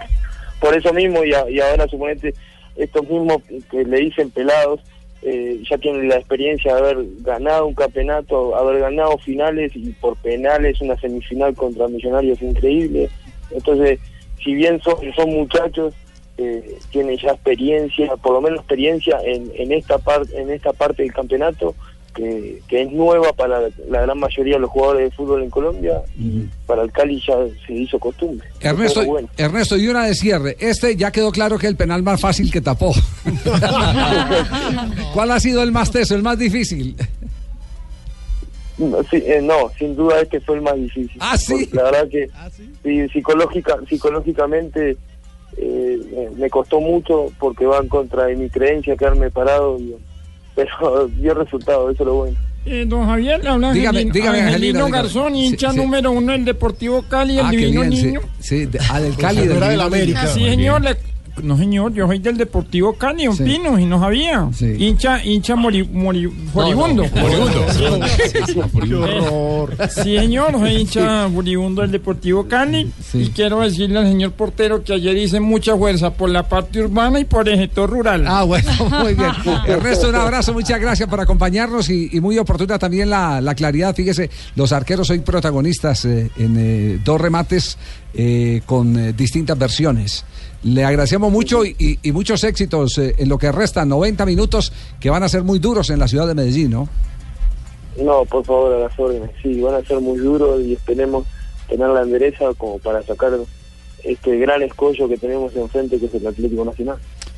Por eso mismo, y, a- y ahora suponete, estos mismos que le dicen pelados, eh, ya tienen la experiencia de haber ganado un campeonato, haber ganado finales y por penales una semifinal contra Millonarios increíble. Entonces, si bien son, son muchachos, eh, tienen ya experiencia, por lo menos experiencia en, en esta parte en esta parte del campeonato que, que es nueva para la gran mayoría de los jugadores de fútbol en Colombia y para el Cali ya se hizo costumbre.
Ernesto,
Pero bueno.
Ernesto, y una de cierre. Este ya quedó claro que el penal más fácil que tapó. ¿Cuál ha sido el más teso, el más difícil?
No, sí, eh, no, sin duda este fue el más difícil.
Ah, sí. Ah,
Porque La verdad que sí, psicológica, psicológicamente eh, me- me costó mucho porque va en contra de mi creencia quedarme parado, y- pero dio resultado, eso es lo bueno.
Eh, don Javier, le habla
Dígame,
Angelin-
dígame,
Angelino
Angelina, dígame.
Garzón,
Sí,
hincha
sí.
número uno del Deportivo Cali, el
Ah, qué
divino
bien, sí.
niño.
Sí, de- ah, del Cali.
Era
divino niño.
Sí, señor. le- No, señor, yo soy del Deportivo Cali, un pino, y no sabía. Hincha, hincha mori, mori- moribundo. Sí, señor, soy hincha moribundo del Deportivo Cali. Y quiero decirle al señor portero que ayer hice mucha fuerza por la parte urbana y por el sector rural.
Ah, bueno, muy bien. Ernesto, un abrazo, muchas gracias por acompañarnos y, y muy oportuna también la, la claridad. Fíjese, los arqueros hoy protagonistas eh, en eh, dos remates eh, con eh, distintas versiones. Le agradecemos mucho y, y- y muchos éxitos eh, en lo que restan 90 minutos que van a ser muy duros en la ciudad de Medellín, ¿no?
No, por favor, a las órdenes. Sí, van a ser muy duros y esperemos tener la endereza como para sacar este gran escollo que tenemos enfrente, que es el Atlético Nacional.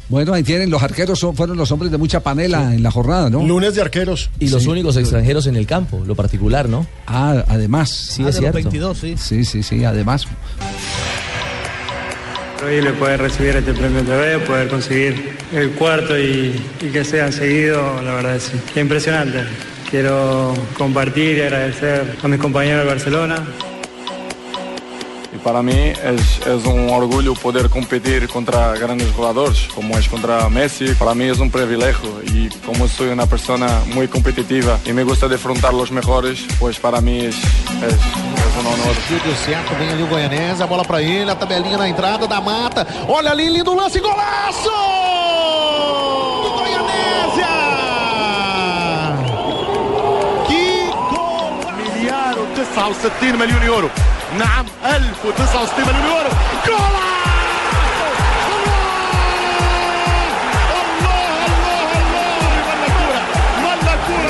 Bueno, ahí tienen, los arqueros son- fueron los hombres de mucha panela en la jornada, ¿no? Lunes de arqueros.
Y los únicos extranjeros en el campo, lo particular, ¿no?
Ah, además. Sí,
es cierto.
sí. Sí, sí, sí, además.
Increíble poder recibir este premio otra vez, poder conseguir el cuarto y, y que sean seguido, la verdad es que impresionante. Quiero compartir y agradecer a mis compañeros de Barcelona,
E para mim é, é um orgulho poder competir contra grandes jogadores, como é contra Messi. Para mim é um privilégio e como sou uma pessoa muito competitiva e me gusta de enfrentar os melhores, pois para mim é, é, é um honor.
Tudo certo, vem ali o Goianese, a bola pra ele, a tabelinha na entrada da mata. Olha ali, lindo lance, golaço! Do Goianésia! Que gol! مليار و69 مليون يورو نعم 1069 مليون يورو جول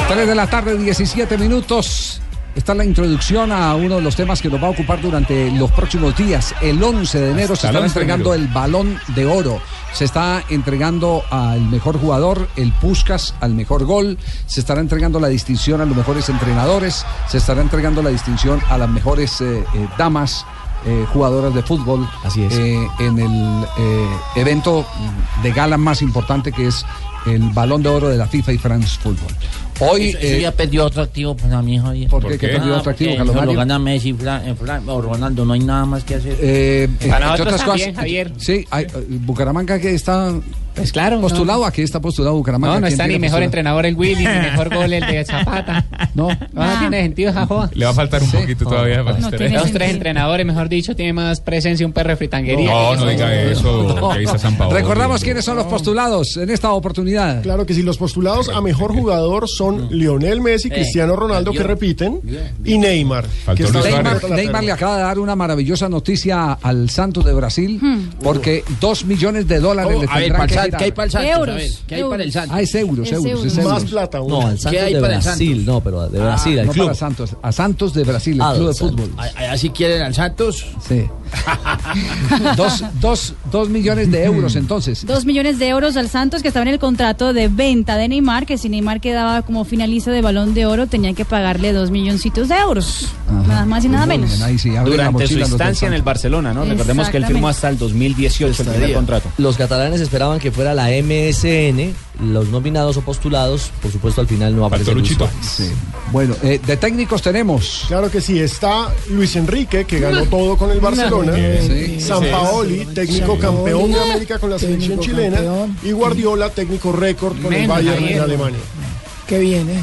Tres de la tarde, 17 minutos. Está la introducción a uno de los temas que nos va a ocupar durante los próximos días. El 11 de enero
Hasta el
se
11
está
de
entregando
enero.
el balón de oro. Se está entregando al mejor jugador, el Puskas, al mejor gol. Se estará entregando la distinción a los mejores entrenadores. Se estará entregando la distinción a las mejores eh, eh, damas. eh, jugadoras de fútbol Así es. en el eh, evento de gala más importante que es el balón de oro de la FIFA y France Football. Hoy
Eso, eso
eh,
ya perdió atractivo
pues,
para mí, Javier.
¿Por qué? ¿Qué perdió
Ah,
atractivo,
porque
Carlos
eso Lo
Mario?
gana Messi Fla- eh, Fla- o Ronaldo, no hay nada más que hacer.
Eh, entre otras cosas, Sí, hay, eh, Bucaramanga que está postulado, aquí está postulado Bucaramanga.
Pues No, no
¿Quién
está ni
tiene
mejor
postulado?
entrenador el Willy, ni mejor gol el de Zapata.
No.
No tiene sentido esa joda.
Le va a faltar un poquito todavía para estar ahí.
Los tres entrenadores, mejor dicho, tiene más presencia un perro de fritanguería.
No, no diga eso,
No.
que ahí está San Paolo.
Recordamos quiénes son los postulados en esta oportunidad.
Oh, Claro que sí, los postulados a mejor jugador son Lionel Messi,
Eh,
Cristiano Ronaldo, que
bien,
repiten, y Neymar. que está
Neymar,
por la
Neymar le
terna.
acaba de dar una maravillosa noticia al Santos de Brasil porque dos millones de dólares
¿Cómo?
le
Oh, A ver,
tendrán
para el
que
Santos,
quitar.
¿qué hay para el Santos? Euros, A ver, ¿qué hay para el Santos?
Ah, es euros,
Es
euros,
euros.
es euros.
Más plata aún.
No, al Santos
¿Qué hay
de
para el
Brasil,
Santos?
no, pero de
Ah,
Brasil, al
no
club.
para
Santos, a Santos de Brasil, el
Ah,
club de
del Santos.
fútbol.
A- Allá si quieren al Santos. Eh,
Sí. dos, dos, dos millones de euros entonces.
Dos millones de euros al Santos que estaba en el contrato de venta de Neymar, que si Neymar quedaba como finalista de balón de oro, tenían que pagarle dos milloncitos de euros. nada más y nada
Muy
menos.
bien, ahí sí, abren la
Durante su
mochila los del
instancia en el Barcelona, ¿no? Recordemos que él firmó
Exactamente.
hasta el 2018 el primer
Estadía.
contrato.
Los catalanes esperaban que fuera la MSN, los nominados o postulados, por supuesto al final no aparece Luis Suárez.
Bueno, eh, de técnicos tenemos.
Claro que sí, está Luis Enrique, que ganó
Nah.
todo con el Barcelona.
Nah.
Sí. San Paoli, técnico
Sí.
campeón de
Nah.
América con la selección
Técnico
chilena.
campeón.
Y Guardiola, técnico récord con el
Menos
Bayern de
ayer.
Alemania.
Qué bien, ¿eh?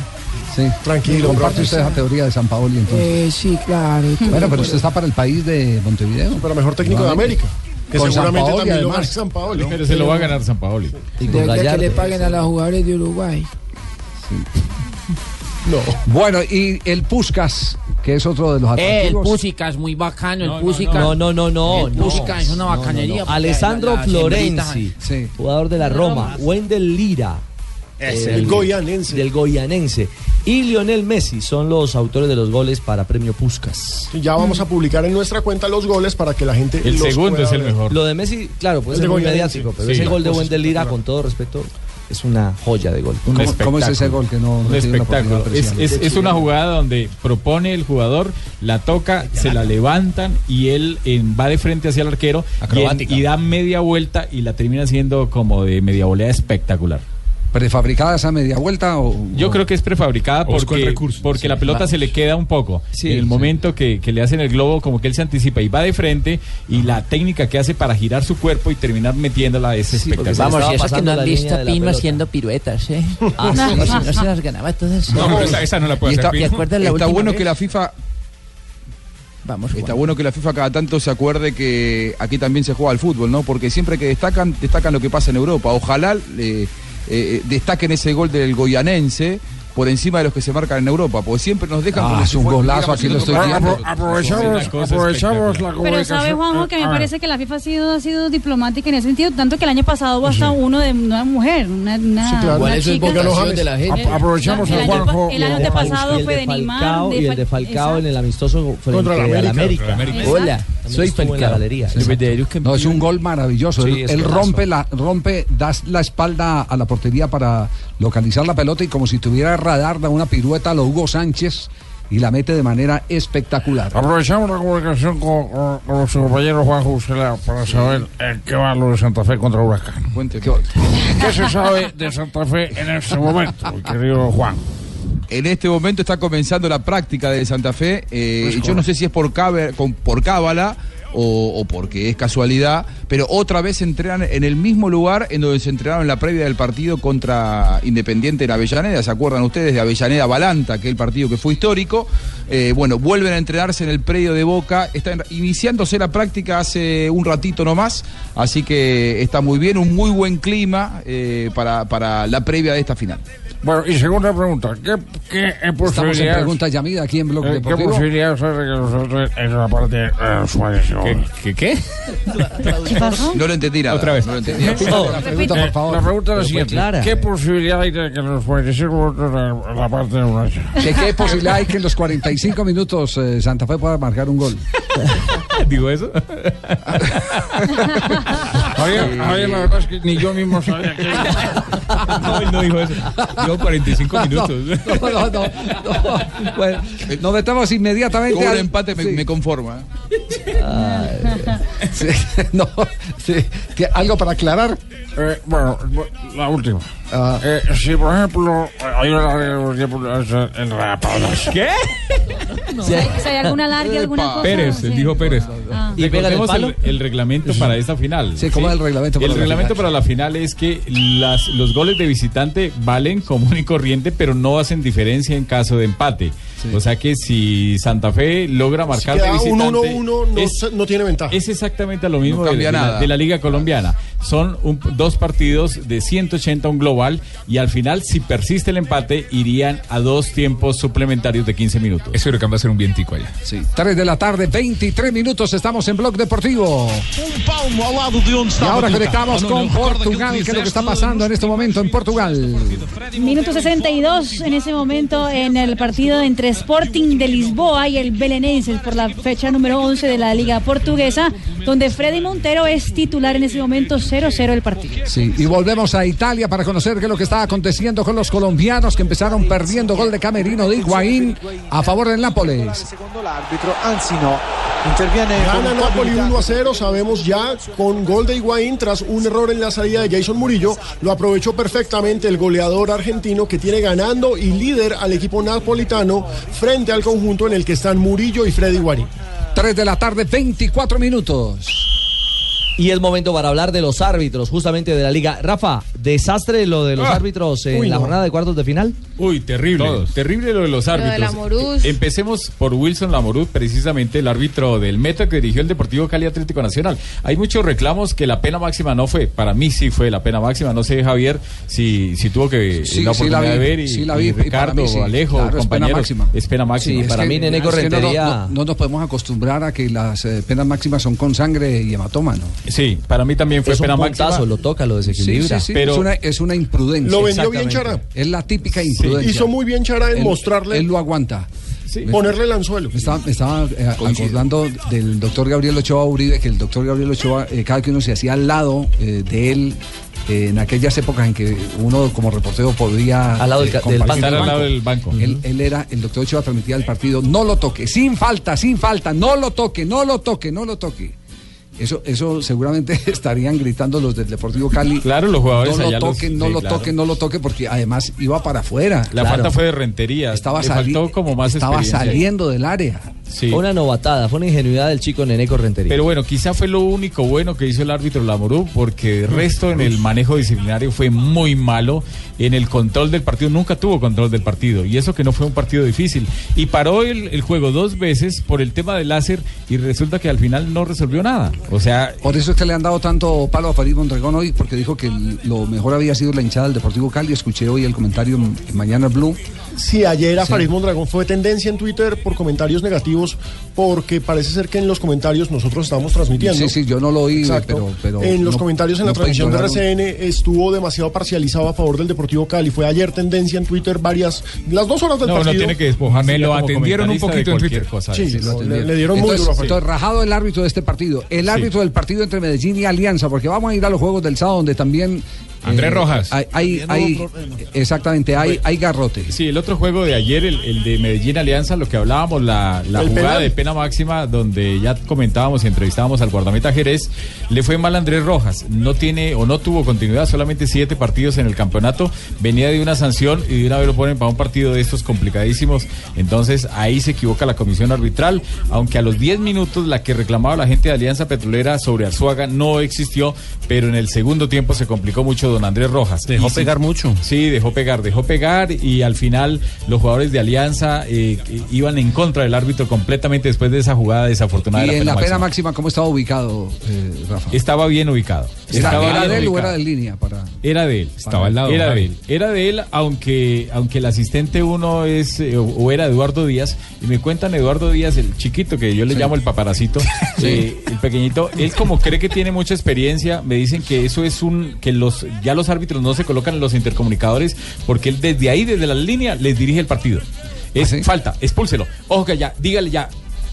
Sí.
Tranquilo,
Comparte
Roberto.
usted esa teoría de San Paoli entonces.
Eh, sí, claro. estoy de
bueno, pero
acuerdo.
usted está para el país de Montevideo.
Para mejor técnico de América. Que
Con San
seguramente
Paoli,
también lo
además.
gana San Paoli.
Pero se lo va a ganar San Paoli.
De verdad que le paguen a los jugadores de Uruguay.
Bueno, y el Puskas, que es otro de los
Eh, el
atractivos.
Pusicas, muy bacano, el Pusicas.
No, no, no, no.
El
no.
Pusicas es una
No, no, no.
bacanería. porque
Alessandro
la- la señorita-
Florenzi, jugador de la Roma. Wendell Lira.
Ese,
eh,
el
goyanense.
Del goyanense. Y Lionel Messi son los autores de los goles para Premio Puscas.
Ya vamos a publicar en nuestra cuenta los goles para que la gente. los pueda ver.
Lo de Messi, claro, puede
El
ser
de
muy
Goyanense.
mediático, pero
Sí,
ese
la
gol de
cosa
Wendell Lira,
espectacular.
con todo respeto, es una joya de gol.
Un
¿Cómo- cómo es ese
espectáculo.
gol que no- no
Un
tiene una
espectáculo.
oportunidad
Es, es-
impresionante?
es una jugada donde propone el jugador, la toca, se la levantan y él en- va de frente hacia el arquero y en-
Acrobática.
y, da media vuelta y la termina haciendo como de media volea espectacular.
¿Prefabricada esa media vuelta o...?
Yo creo que es prefabricada
Buscó el
porque,
recurso.
porque
Sí,
la pelota
vamos.
se le queda un poco.
Sí,
en el
sí.
momento que, que le hacen el globo, como que él se anticipa y va de frente y la técnica que hace para girar su cuerpo y terminar metiéndola es espectacular.
Vamos, y eso que no han visto a Pino haciendo piruetas, ¿eh?
Ah,
No,
sí.
no, si no se las ganaba todas. Y está- ¿te acuerdas la
está
última
bueno
vez?
que
Ah,
la FIFA.
Vamos,
está bueno que la FIFA cada tanto se acuerde que aquí también se juega al fútbol, ¿no? Porque siempre que destacan, destacan lo que pasa en Europa. Ojalá eh, eh, destaquen ese gol del goyanense por encima de los que se marcan en Europa, porque siempre nos dejan
Ah,
como
es
si
un
fuera-
golazo, este
digamos,
aquí
un
lo estoy
otro-
viendo.
Aprovechamos, aprovechamos la Ah,
Pero sabe Juanjo
eh,
que me
ah.
parece que la FIFA ha sido, ha sido diplomática en ese sentido, tanto que el año pasado hubo hasta uno de una mujer, una, una,
Sí, claro.
una
Igual eso es
Ah, chica.
vocación de la gente.
El-
Aprovechamos
el
a
año pa-
Juanjo.
El año
de
pasado
Fal-
fue de Neymar.
Falcao y el de
Fal-
Falcao en el amistoso frente
Contra la
a la
América.
América.
América.
Hola,
Exacto.
soy
estuvo en la
Falcao.
galería.
Exacto.
No, es un gol maravilloso.
Sí,
él
es
él
golazo.
rompe, la, rompe, da la espalda a la portería para localizar la pelota y como si tuviera radar, da una pirueta a lo Hugo Sánchez y la mete de manera espectacular.
Aprovechamos la comunicación con, con- con nuestro compañero Juan Jusela para saber en qué va lo de Santa Fe contra Huracán. ¿Qué se sabe de Santa Fe en este momento, mi querido Juan?
En este momento está comenzando la práctica de Santa Fe. eh,
Pues
yo no sé si es por, cabe- con- por cábala o, o porque es casualidad, pero otra vez entrenan en el mismo lugar en donde se entrenaron en la previa del partido contra Independiente en Avellaneda. ¿Se acuerdan ustedes de Avellaneda-Balanta, aquel partido que fue histórico? Eh, bueno, vuelven a entrenarse en el predio de Boca. Está en- iniciándose la práctica hace un ratito nomás, así que está muy bien, un muy buen clima eh, para, para la previa de esta final.
Bueno, y segunda pregunta, ¿qué, qué eh,
Estamos en
posibilidades?
preguntas
Yamida aquí en Blog
eh, ¿Qué
Deportivo.
posibilidades hay de que nosotros en la parte eh, Suárez
¿Qué? No lo entendí nada. Otra vez. No lo entendí.
La pregunta, por favor. Eh, La pregunta es la
Pero fue
siguiente.
clara. eh.
¿Qué posibilidad hay de que nos fuertecemos nosotros en la parte de Horacio?
¿De qué posibilidad hay que en los 45 minutos eh, Santa Fe pueda marcar un gol? eh.
¿Digo eso?
Javier, Javier, la verdad es que ni yo mismo sabía que...
No, él no dijo
Pues,
eso. Dijo 45 minutos.
No, no, no. no. Bueno, eh, nos metemos inmediatamente.
Con un
al-
empate me,
Sí.
me conformo. ¿eh?
Sí, no, sí. ¿Tie- ¿Algo para aclarar?
Eh, bueno, la última.
Ah.
Eh, si, por ejemplo, hay una larga de los tiempos en la pausa.
¿Qué?
Si hay- si hay alguna larga, alguna cosa.
Pérez,
sí.
él dijo Pérez.
Ah.
Y Recordemos el, el reglamento para esta final.
Sí, ¿cómo es el reglamento para
El
la
reglamento para la final es que las, los goles de visitante valen común y corriente, pero no hacen diferencia en caso de empate. O sea que si Santa Fe logra
Si
marcar de
queda
visitante,
1-1-1, no,
es
se- no tiene ventaja.
es exactamente lo mismo
No
de,
cambia
de la,
nada.
de la Liga Colombiana. Son un- dos partidos de 180 un global y al final, si persiste el empate, irían a dos tiempos suplementarios de 15 minutos. Ese huracán va a ser un vientico allá. Sí.
3 de la tarde, 23 minutos, estamos en Blog Deportivo.
Palmo ao lado de onde
Y
estava
ahora
Tita.
conectamos
Oh, não,
con
não, recorda aquilo
Portugal, que es lo que está
disseste
pasando en este momento en
este
Portugal.
Minuto 62 en ese momento en el partido entre Sporting de Lisboa y el Belenenses por la fecha número 11 de la Liga Portuguesa, donde Freddy Montero es titular en ese momento 0-0 el partido.
Sí, y volvemos a Italia para conocer qué es lo que está aconteciendo con los colombianos que empezaron perdiendo gol de Camerino de Higuaín a favor del Nápoles.
Arbitro, anzi no, interviene
Gana
con un
Napoli
toque de
1 a 0, sabemos ya, con gol de Higuaín tras un error en la salida de Jason Murillo. Lo aprovechó perfectamente el goleador argentino que tiene ganando y líder al equipo napolitano frente al conjunto en el que están Murillo y Freddy Higuaín.
3 de la tarde, 24 minutos.
Y es momento para hablar de los árbitros, justamente de la liga. Rafa, desastre lo de los
Ah,
árbitros en
uy,
la
no.
jornada de cuartos de final.
Uy, terrible. Terrible lo de los
Lo de
árbitros.
Lamoruz.
Empecemos por Wilson Lamoruz, precisamente el árbitro del Meta que dirigió el Deportivo Cali Atlético Nacional. Hay muchos reclamos que la pena máxima no fue. Para mí sí fue la pena máxima. No sé, Javier, si, si tuvo que
Sí,
la
sí la
oportunidad de
vi,
ver y,
sí la vi,
y
y para
Ricardo,
mí sí.
Alejo,
Claro, es pena
compañeros.
máxima.
Es pena máxima.
Sí, es que- es que no- No, no nos podemos acostumbrar a que las eh, penas máximas son con sangre y hematoma, ¿no?
Sí, para mí también fue
Es un
pena
puntazo,
máxima.
lo toca, lo
desequilibra. Pero-
es, una, es una imprudencia.
Lo vendió bien
Exactamente. Es la típica imprudencia.
Hizo muy bien Chará en
Él-
mostrarle.
Él lo aguanta. Me-
Ponerle el anzuelo.
Me estaba, me estaba, eh, acordando del doctor Gabriel Ochoa Uribe, que el doctor Gabriel Ochoa, eh, cada que uno se hacía al lado eh, de él, eh, en aquellas épocas en que uno como reportero podía...
Al lado del
eh,
ca- del
compartir el
banco. Estar al lado del
banco.
Él, él era, el doctor Ochoa transmitía el partido, no lo toque, sin falta, sin falta, no lo toque, no lo toque, no lo toque. Eso, eso seguramente estarían gritando los del Deportivo Cali.
Claro, los jugadores
No lo
allá los-
toquen, no
sí,
lo
claro.
toquen, no lo toquen, porque además iba para afuera.
La
Claro.
falta fue de rentería.
Estaba
Le
sali-
faltó como más
estaba
experiencia.
saliendo del área.
Sí.
Fue una novatada, fue una ingenuidad del chico Nene Correntería.
Pero bueno, quizá fue lo único bueno que hizo el árbitro Lamorú, porque de resto en el manejo disciplinario fue muy malo. En el control del partido, nunca tuvo control del partido. Y eso que no fue un partido difícil. Y paró el, el juego dos veces por el tema del láser y resulta que al final no resolvió nada. O sea,
Por eso es que le han dado tanto palo a París Mondragón hoy, porque dijo que l- lo mejor había sido la hinchada del Deportivo Cali. Escuché hoy el comentario en en Mañana Blue.
Sí, ayer a
Sí.
Farid Mondragón fue tendencia en Twitter por comentarios negativos, porque parece ser que en los comentarios nosotros estamos transmitiendo.
Sí, sí, yo no lo oí,
Exacto.
pero- pero
en los
no-
comentarios en
no
la transmisión de
perdonaron.
RCN estuvo demasiado parcializado a favor del Deportivo Cali. Fue ayer tendencia en Twitter varias, las dos horas del
No, no
partido.
tiene que despojarse Me lo ya como atendieron un comentarista de poquito en cualquier Twitter. cosa,
Sí,
sí, lo
le-
atendieron.
le dieron muy
entonces,
duro a Farid.
entonces, rajado el árbitro de este partido. El árbitro del partido entre Medellín y Alianza, porque vamos a ir a los juegos del sábado, donde también. eh,
Andrés Rojas.
Hay, hay-
También hubo
hay- exactamente, hay, hay garrote.
Sí, el otro juego de ayer, el, el de Medellín Alianza, lo que hablábamos, la, la
El
jugada
penal.
de pena máxima, donde ya comentábamos, entrevistábamos al guardameta Jerez, le fue mal a Andrés Rojas. No tiene o no tuvo continuidad, solamente siete partidos en el campeonato. Venía de una sanción y de una vez lo ponen para un partido de estos complicadísimos. Entonces ahí se equivoca la comisión arbitral, aunque a los 10 minutos la que reclamaba la gente de Alianza Petrolera sobre Arzuaga no existió, pero en el segundo tiempo se complicó mucho don Andrés Rojas.
Dejó
Y sí-
pegar mucho.
Sí, dejó pegar, dejó pegar y al final los jugadores de Alianza eh, eh, iban en contra del árbitro completamente después de esa jugada desafortunada.
Y
de
en
pena
la pena
máxima.
máxima, ¿cómo estaba ubicado, eh, Rafa?
Estaba bien ubicado. Estaba
¿Era
bien
de él o
ubicado.
era de línea? Para...
Era de él.
Estaba al lado,
Era
Javi.
de él. Era de él, aunque, aunque el asistente uno es, eh, o- o era Eduardo Díaz, y me cuentan Eduardo Díaz, el chiquito, que yo le llamo el paparacito, eh, el pequeñito, él como cree que tiene mucha experiencia, me dicen que eso es un, que los, ya los árbitros no se colocan en los intercomunicadores, porque él desde ahí, desde la línea, les dirige el partido.
¿Ah,
Es falta, expúlselo. Ojo que ya, dígale ya.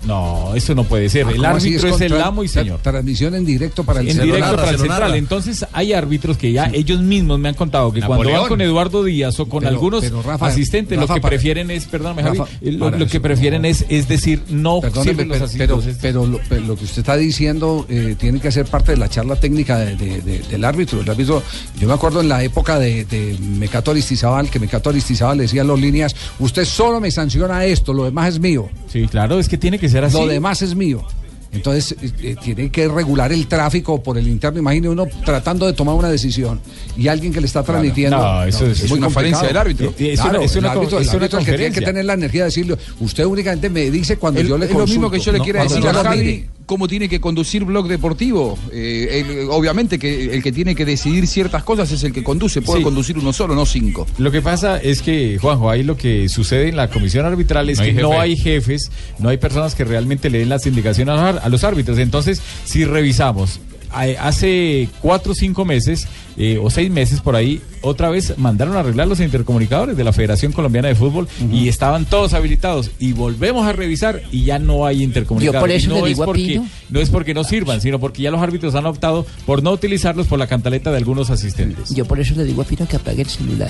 No, eso no puede ser.
Ah,
el
¿cómo así?
árbitro
Es
es, el
contra-
amo y señor
Transmisión en directo para el
en
celular.
directo para el central. Entonces hay árbitros que ya ellos mismos me han contado que cuando
Napoleón.
van con Eduardo Díaz o con
Pero-
algunos
pero, Rafa,
asistentes,
Rafa,
lo que
para-
prefieren es, perdóname Javi, eh,
Rafa,
lo,
para
lo que
eso,
prefieren es, es decir, no
Perdóneme,
sirven los
pero, pero,
asistentes.
pero lo, pero lo que usted está diciendo eh, tiene que ser parte de la charla técnica de- de- de- del árbitro. El árbitro, yo me acuerdo en la época de, de Mecato Aristizábal, que Mecato Aristizábal le decía a los líneas, usted solo me sanciona esto, lo demás es mío.
Sí, claro, es que tiene que ser así.
Lo demás es mío. Entonces, eh, eh, tiene que regular el tráfico por el interno. Imagine uno tratando de tomar una decisión y alguien que le está transmitiendo.
No, eso es- es una
complicado.
falencia del árbitro. Eh, eh, es una-
Claro,
es una
el árbitro,
co-
el
es
árbitro
una
es el que tiene que
conferencia.
tener la energía de decirle, usted únicamente me dice cuando
Es-
yo le
es lo mismo que yo le
quiero
quiera decir a Javi cómo tiene que conducir blog deportivo. Eh, el- obviamente que el que tiene que decidir ciertas cosas es el que conduce, puede
Sí.
conducir uno solo, no cinco.
Lo que pasa es que, Juanjo, ahí lo que sucede en la comisión arbitral es
No hay
que no
jefe.
hay jefes, no hay personas que realmente le den las indicaciones a a los árbitros. Entonces, si revisamos, a- hace cuatro o cinco meses, eh, o seis meses por ahí, otra vez mandaron a arreglar los intercomunicadores de la Federación Colombiana de Fútbol y estaban todos habilitados. Y volvemos a revisar y ya no hay intercomunicadores.
Yo por eso
no
le
es
digo a
porque-
Pino.
No es porque no sirvan, sino porque ya los árbitros han optado por no utilizarlos por la cantaleta de algunos asistentes.
Yo por eso le digo a Pino que apague el celular.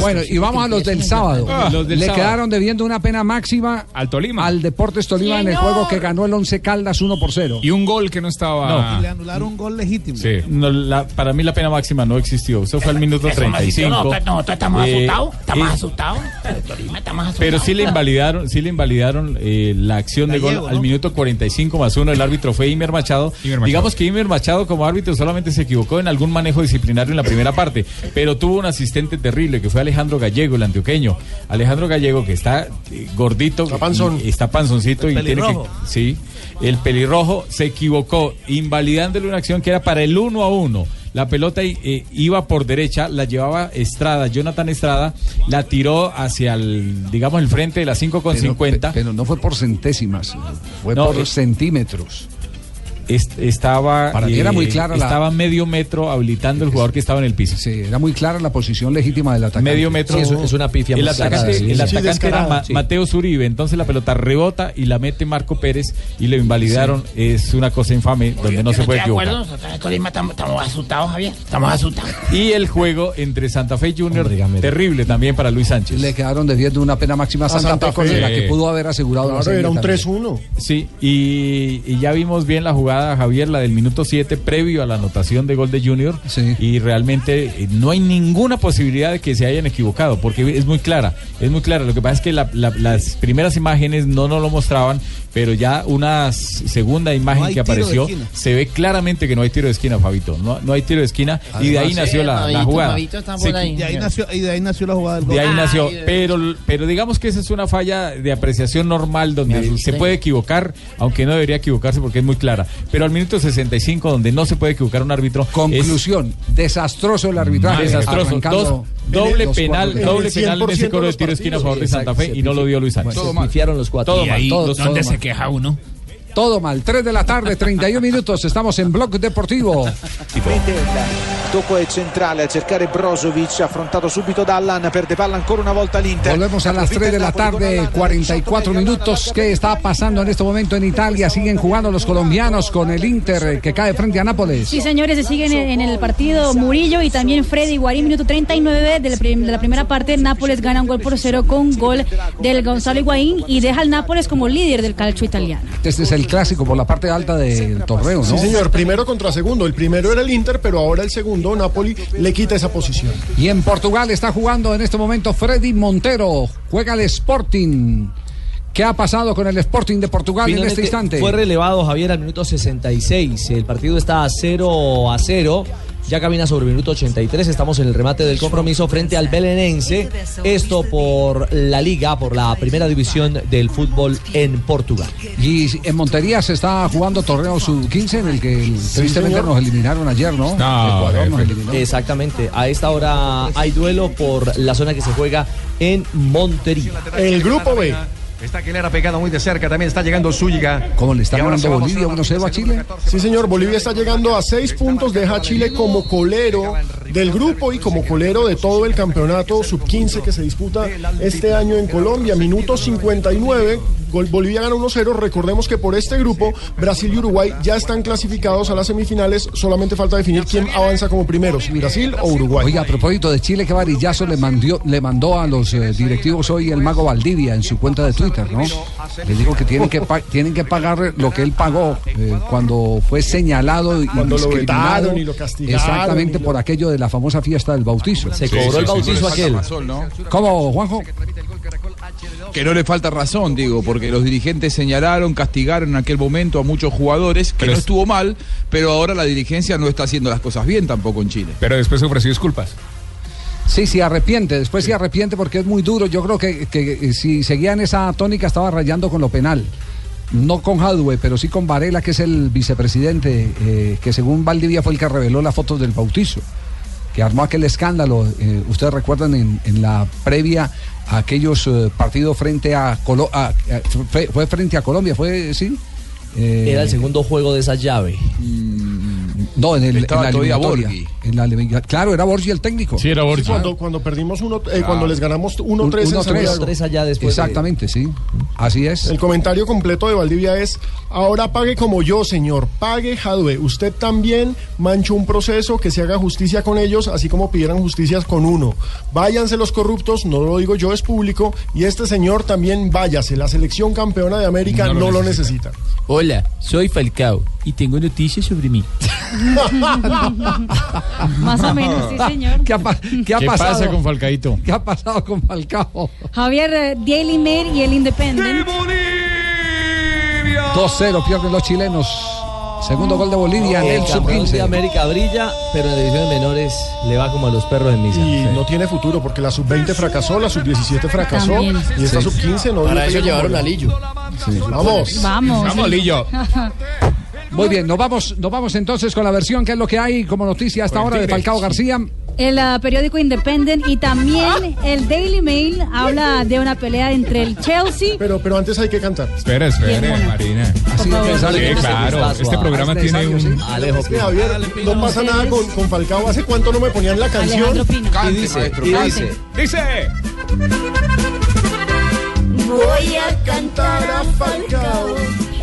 Bueno, y vamos a los del sábado.
Ah, los del
Le
sábado.
quedaron debiendo una pena máxima al Tolima. Al Deportes Tolima en el
Señor.
juego que ganó el Once Caldas 1 por 0.
Y un gol que no estaba.
Y le anularon un gol legítimo. Eh,
Sí. No, la- para mí la pena máxima no existió. Eso fue al minuto
eso no existió,
35.
no, usted- no, usted está
Eh,
más asustado, está más
asustado. Eh, Pero sí le invalidaron, sí le invalidaron eh, la acción de gol al minuto 45 más uno. El árbitro fue Imer Machado. Digamos que Imer Machado como árbitro solamente se equivocó en algún manejo disciplinario en la primera parte, pero tuvo un asistente terrible que fue Alejandro Gallego, el antioqueño. Alejandro Gallego que está eh, gordito, está
panzón.
está panzoncito
El
y tiene que
pelirrojo.
sí, el pelirrojo se equivocó invalidándole una acción que era para el 1 a 1. La pelota i- eh, iba por derecha, la llevaba Estrada, Jonathan Estrada, la tiró hacia el, digamos, el frente de las 5 con 50. Pero
no fue por centésimas, fue por centímetros.
estaba eh,
Para mí era muy clara la-
estaba medio metro habilitando el jugador que estaba en el piso.
Sí, era muy clara la posición legítima del atacante.
Medio metro.
Sí, eso-
El
más clara,
atacante,
sí.
el
Sí,
atacante era
descarada,
Ma-
sí.
Mateo Zuribe. Entonces la pelota rebota y la mete Marco Pérez y lo invalidaron. Es una cosa infame donde no se puede
¿De acuerdo?
equivocar.
Nosotros de Tolima estamos, estamos asustados, Javier. Estamos asustados.
Y el juego entre Santa Fe Junior, terrible también para Luis Sánchez.
Le quedaron debiendo una pena máxima a
A
Santa,
Santa
Fe, con
Fe.
la que pudo haber asegurado. la
Claro,
serie
era un
también.
3-1.
Sí, y, y ya vimos bien la jugada, Javier, la del minuto 7, previo a la anotación de gol de Junior. Y realmente eh, no hay ninguna posibilidad de que se hayan equivocado, porque es muy clara, es muy clara. Lo que pasa es que la- la- las primeras imágenes no nos lo mostraban, pero ya una s- segunda imagen
hay
que
tiro de
apareció
esquina.
se ve claramente que no hay tiro de esquina, Fabito. No, no hay tiro de esquina, y de ahí
Además,
nació
eh,
la, la
Fabito,
jugada.
Fabito está
Se-
por ahí. Ah, Y de ahí nació- y de ahí nació la jugada del gol.
de ahí
Ay,
nació.
Dios.
Pero, pero digamos que esa es una falla de apreciación normal donde se puede equivocar, aunque no debería equivocarse porque es muy clara. Pero al minuto 65, donde no se puede equivocar un árbitro.
Conclusión, desastroso el arbitraje.
Desastroso.
Arrancando
Dos- doble
los
penal,
cuatro.
doble penal en ese coro de tiro de esquina a favor de Santa Fe y no lo dio Luis Sánchez.
Todo mal.
Todo
Y
mal,
ahí,
todo- todo
¿dónde
mal.
se
queja uno?
Todo mal. 3 de la tarde, 31 minutos. Estamos en Blog Deportivo.
Intenta. Tocco è centrale a cercare Brozovic, affrontato subito da Allan, perde palla ancora una volta l'Inter.
Volvemos a las 3 de la tarde, 44 minutos. ¿Qué está pasando en este momento en Italia? Siguen jugando los colombianos con el Inter que cae frente a Nápoles.
Sí, señores, se siguen en, en el partido Murillo y también Freddy Guarín, minuto 39 del prim- de la primera parte. Nápoles gana un gol por cero con gol del Gonzalo Higuaín y deja al Nápoles como líder del calcio italiano.
Este es el clásico por la parte alta del torneo, ¿no?
Sí, señor, primero contra segundo. El primero era el Inter, pero ahora el segundo, Napoli, le quita esa posición.
Y en Portugal está jugando en este momento Freddy Montero. Juega el Sporting. ¿Qué ha pasado con el Sporting de Portugal en este
Finalmente,
instante?
Fue relevado Javier al minuto 66. El partido está a 0 a 0. Ya camina sobre el minuto 83. Estamos en el remate del compromiso frente al Belenense. Esto por la Liga, por la primera división del fútbol en Portugal.
Y en Montería se está jugando torneo sub-15 en el que tristemente
señor.
nos eliminaron ayer, ¿no? Ecuador nos eliminó.
Exactamente. A esta hora hay duelo por la zona que se juega en Montería.
El grupo B.
Está Aguilera pegado muy de cerca, también está llegando Zúñiga.
¿Cómo le está
Y ahora
ganando
se va a
Bolivia 1-0 a Chile?
Sí, señor, Bolivia está llegando a seis puntos, deja a Chile como colero del grupo y como colero de todo el campeonato sub-15 que se disputa este año en Colombia. Minuto 59, gol- Bolivia gana 1-0. Recordemos que por este grupo, Brasil y Uruguay ya están clasificados a las semifinales, solamente falta definir quién avanza como primero, si Brasil o Uruguay.
Oiga, a propósito de Chile, qué varillazo le, mandió- le mandó a los eh, directivos hoy el mago Valdivia en su cuenta de Twitter, ¿no? Le dijo que tienen que, pa- tienen que pagar lo que él pagó eh, cuando fue señalado y
Cuando lo
discriminado
vetaron y lo castigaron
Exactamente por aquello de la famosa fiesta del bautizo.
Se Sí, cobró sí, el sí, bautizo sí, sí. aquel. Pasó, ¿no?
¿Cómo, Juanjo?
Que no le falta razón, digo, porque los dirigentes señalaron, castigaron en aquel momento a muchos jugadores, que no estuvo mal, pero ahora la dirigencia no está haciendo las cosas bien tampoco en Chile.
Pero después ofreció disculpas.
Sí, sí, arrepiente, después se arrepiente porque es muy duro. Yo creo que, que, eh, si seguían esa tónica estaba rayando con lo penal. no con Hadwe, pero sí con Varela, que es el vicepresidente, eh, que según Valdivia fue el que reveló las fotos del bautizo, que armó aquel escándalo, eh, ustedes recuerdan en, en la previa a aquellos eh, partidos frente a Colombia, fue, fue frente a Colombia, fue, sí. Eh,
Era el segundo juego de esa llave.
No, en, el, en
Estaba
la
todavía
eliminatoria.
Borghi.
En la elimina- claro, era Borgi el técnico.
Sí, Cuando, cuando perdimos uno, eh,
Ah.
cuando les ganamos 1-3 en Santiago.
allá
después de-
Exactamente, sí. Así es.
El comentario completo de Valdivia es, ahora pague como yo, señor, pague Jadwe. Usted también manchó un proceso que se haga justicia con ellos, así como pidieran justicias con uno. Váyanse los corruptos, no lo digo yo, es público, y este señor también váyase. La selección campeona de América no, lo necesita.
Hola, soy Falcao y tengo noticias sobre mí.
Más o menos, sí, señor.
¿Qué ha, pa- qué ha
¿Qué
pasado?
pasa con Falcaíto?
¿Qué ha pasado con Falcao?
Javier eh, Daily Mail y el Independent.
2-0 pierden los chilenos. Segundo gol de Bolivia en
el
el
campeón de
sub-15.
América brilla, pero en las divisiones menores le va como a los perros en misa.
Y no tiene futuro porque la sub-20 fracasó, la sub-17 fracasó
También.
y esta
Sí.
sub-15 no. dio
Para eso
pie
llevaron
como-
a Lillo.
Vamos.
Vamos.
Vamos, Lillo.
Muy bien, nos vamos, nos vamos entonces con la versión que es lo que hay como noticia hasta ahora de Falcao García.
El ah, periódico Independent y también el Daily Mail habla de una pelea entre el Chelsea.
Pero, pero antes hay que cantar.
Espera, espera, Marina.
Así es
Sí,
necesario.
claro. Este
Ah,
programa tiene un.
Es que, Javier, no pasa nada con, con Falcao. ¿Hace cuánto no me ponían la canción?
Alejandro Pino.
Cante,
Y dice,
maestro,
y
cante.
dice.
Dice.
Voy a cantar a Falcao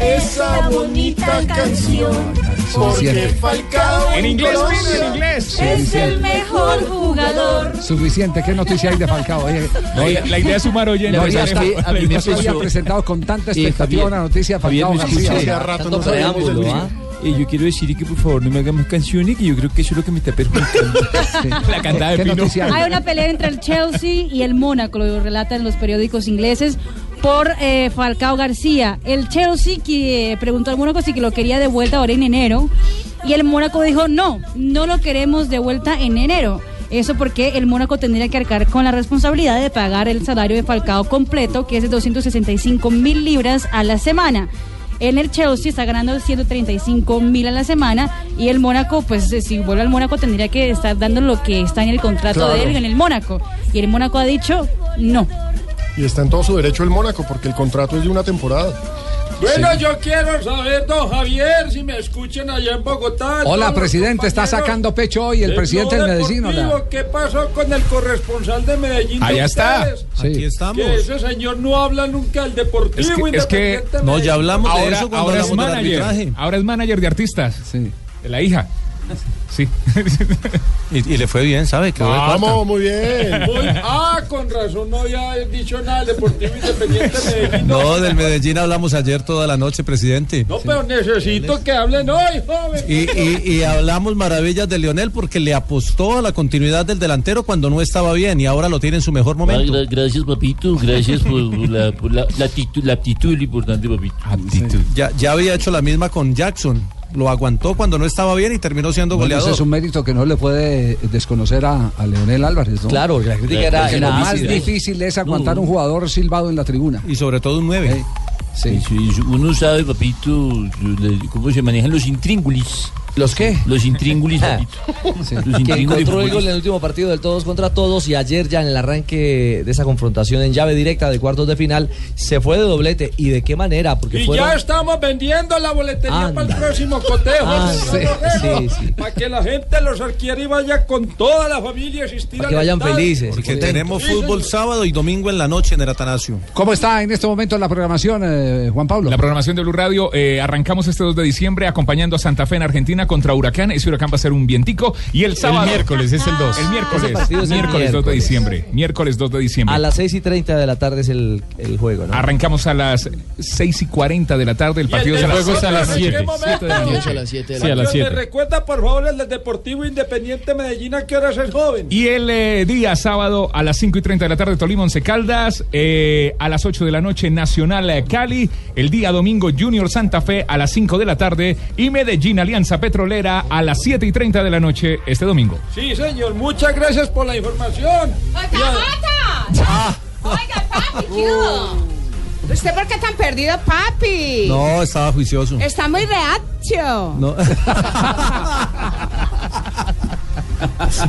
esa bonita canción. Porque
Suficiente.
Falcao
En inglés, Pino, en inglés.
es el mejor jugador.
Suficiente, ¿qué noticia hay de Falcao? Oye,
No, la- la idea es sumar oyentes.
No había,
La idea es-
a mí me había
puso-
presentado con tanta
Eh,
expectativa
Javier,
una noticia de
Javier,
Falcao
me
García.
escuché. Tanto preámbulo, ¿ah? Eh, yo quiero decir que por favor no me hagan más canciones, que yo creo que eso es lo que me está perjudicando. La cantada de Pino.
Hay una pelea entre el Chelsea y el Mónaco, lo relatan los periódicos ingleses por eh, Falcao García. El Chelsea que eh, preguntó al Mónaco si que lo quería de vuelta ahora en enero y el Mónaco dijo no, no lo queremos de vuelta en enero. Eso porque el Mónaco tendría que arcar con la responsabilidad de pagar el salario de Falcao completo, que es de 265 mil libras a la semana. En el Chelsea está ganando 135 mil a la semana y el Mónaco, pues eh, si vuelve al Mónaco tendría que estar dando lo que está en el contrato
Claro.
de él en el Mónaco. Y el Mónaco ha dicho no.
Y está en todo su derecho el Mónaco porque el contrato es de una temporada.
Bueno,
Sí.
yo quiero saber, don Javier, si me escuchan allá en Bogotá.
Hola,
todos los
presidente, está
compañeros
sacando pecho hoy el
del
presidente
Blog
del Medellín, hola.
Deportivo, ¿Qué pasó con el corresponsal de Medellín? de
Allá está.
ustedes?
Sí. Aquí estamos.
Que ese señor no habla nunca del deportivo.
Es que, es que-
independiente Medellín.
ahora, ahora es manager, Ahora es manager de artistas. De la hija. Sí.
Y, y le fue bien, ¿sabe? Quedó de cuarta.
Muy- ah, con razón no había dicho nada del deportivo independiente de Medellín.
No, del Medellín hablamos ayer toda la noche, presidente.
No, pero necesito que hablen hoy, joven.
Y, y- y hablamos maravillas de Lionel porque le apostó a la continuidad del delantero cuando no estaba bien y ahora lo tiene en su mejor momento.
Ah, gra- gracias, papito. Gracias por, por la, por la, la actitud, la actitud es lo importante, papito.
Ya, ya había hecho la misma con Jackson. Lo aguantó cuando no estaba bien y terminó siendo
Bueno, ese
goleador.
es un mérito que no le puede desconocer a, a Leonel Álvarez, ¿no?
Claro, porque la crítica era-
Porque
era
lo más
ácida.
difícil es aguantar
No.
un jugador silbado en la tribuna.
Y sobre todo un 9.
Sí.
Sí, sí, Uno sabe, papito, de- cómo se manejan los intríngulis.
¿Los qué?
Los intríngulis, papito. Los
Que
intríngulis
encontró el gol en
futbolistas.
el último partido del todos contra todos y ayer ya en el arranque de esa confrontación en llave directa de cuartos de final se fue de doblete y de qué manera porque
Y
fueron
ya estamos vendiendo la boletería para el próximo cotejo.
Ah, sí, sí,
Para que la gente los adquiera y vaya con toda la familia a asistir
Para
al estadio.
Porque tenemos fútbol sábado y domingo en la noche en el Atanasio.
¿Cómo está en este momento la programación, eh, Juan Pablo?
La programación de Blue Radio eh, arrancamos este 2 de diciembre acompañando a Santa Fe en Argentina contra Huracán. Ese huracán va a ser un vientico. Y el sábado.
miércoles, es el 2.
El
Ese
miércoles.
partido es el
miércoles 2 de
miércoles.
diciembre. Miércoles 2 de diciembre.
a las 6 y 30 de la tarde es el, el juego ¿no?
Arrancamos a las 6 y 40 de la tarde. El partido es a las 7.
a las 7
Sí, a
Mario,
las
¿me
7.
recuerda, por favor, el del Deportivo Independiente Medellín a qué hora es el joven?
Y el eh, día sábado a las 5 y 30 de la tarde Tolima Once Caldas, eh, a las 8 de la noche Nacional eh, Cali, el día domingo Junior Santa Fe a las 5 de la tarde y Medellín Alianza Petrolera a las 7 y 30 de la noche este domingo.
Sí, señor, muchas gracias por
Ah,
la información. ¡Oiga,
Oiga, papi, chido.
¿Usted por qué tan perdido, papi?
No, estaba juicioso.
Está muy reacio.
No.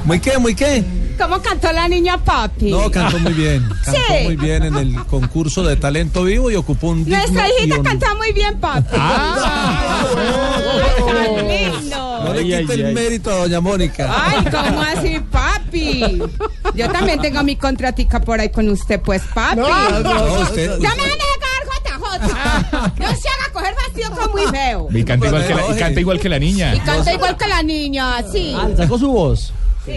¿Muy qué? ¿Muy qué?
¿Cómo cantó la niña, papi?
No, cantó muy bien. Cantó
Sí.
muy bien en el concurso de talento vivo y ocupó un digno
Nuestra hijita
guion.
canta muy bien, papi.
Ah.
Ay, tan lindo.
No le quite el mérito a doña Mónica.
Ay, ¿cómo así, papi? Yo también tengo mi contratica por ahí con usted, pues, papi.
No, no, usted-
Ya me van a dejar
Ah.
coger JJ. No se haga coger fastidio como muy feo.
Y canta igual que la, y canta igual que la niña.
Y canta igual que la niña, sí.
¿Sacó su voz?
Sí.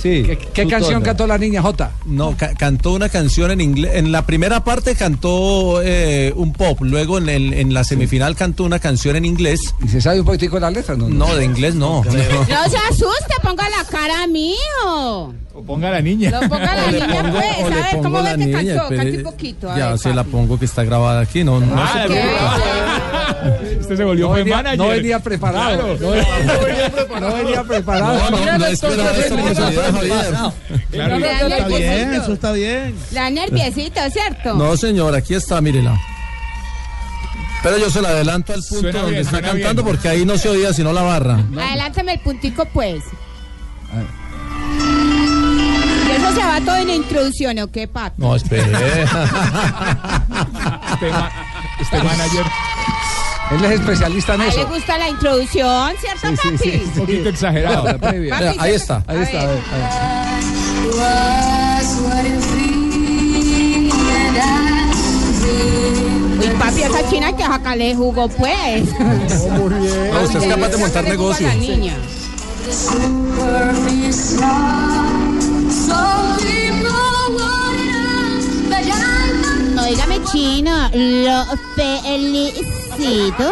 Sí. ¿Qué,
qué canción
cantó
la niña J?
No, ca- cantó una canción en inglés. En la primera parte cantó eh, un pop. Luego en, el- en la semifinal cantó una canción en inglés.
¿Y se sabe un poquitico las letras? No,
de inglés no. No.
No se asuste, ponga la cara a mi hijo.
O ponga a la niña.
Lo ponga a la
O le
niña,
pongo-
pues.
o
A
le
ver,
pongo
¿cómo
la
ve que
niña,
cantó?
pero-
Cante un poquito. a
Ya
ver,
se la
papi. Ah,
pongo que está grabada aquí. No, no se
¿Qué
preocupe.
Usted se volvió
No
buen
venía-
manager.
no venía
preparado.
No venía preparado.
No, no,
este
no esperaba esta oportunidad, Javier.
Claro, Le dan
Está
nerviosito.
bien, eso está bien.
Le da nerviosito, ¿cierto?
No, señor, aquí está, mírela. Pero yo se la adelanto al punto
Suena
donde
bien,
está
suena
cantando porque ahí no se oía sino la barra.
Adelántame el puntico, pues. Y Eso se va todo en la introducción, ¿o qué, papi?
No, espere.
este manager.
Él es especialista en
A él le
eso.
gusta la introducción, ¿cierto, papi?
Un poquito
exagerado.
La previa.
Papi,
Ahí está. Ahí está. a ver, a ver.
Uy, papi, esa china que acá le jugó, pues.
Oh,
No, usted es capaz de montar
negocio.
negocios.
niña. Óigame, chino, lo felicito.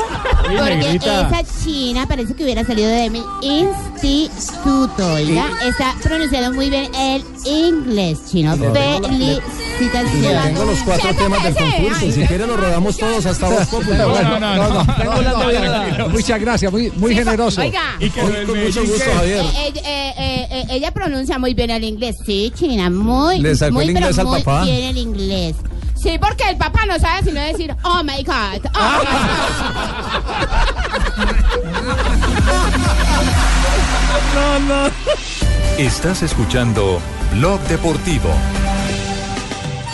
Uy,
Porque
negrita.
esa china parece que hubiera salido de mi instituto, oiga. Está pronunciando muy bien el inglés, chino.
Le tengo la- le-
Felicitaciones.
Tengo los cuatro temas del concurso. Si quiere, los rodamos todos hasta vos, Populi.
Bueno, no, no,
Tengo la novedad.
Muchas gracias, muy, muy generoso.
Oiga. Y que
Con mucho gusto, Javier.
Eh, eh, eh, eh, eh, ella pronuncia muy bien el inglés, sí, China, muy,
Le sacó
muy,
el
pero
inglés al
muy
papá.
bien el inglés. Sí, porque el papá no sabe sino decir, oh my God, oh
No, no. Estás escuchando Blog Deportivo.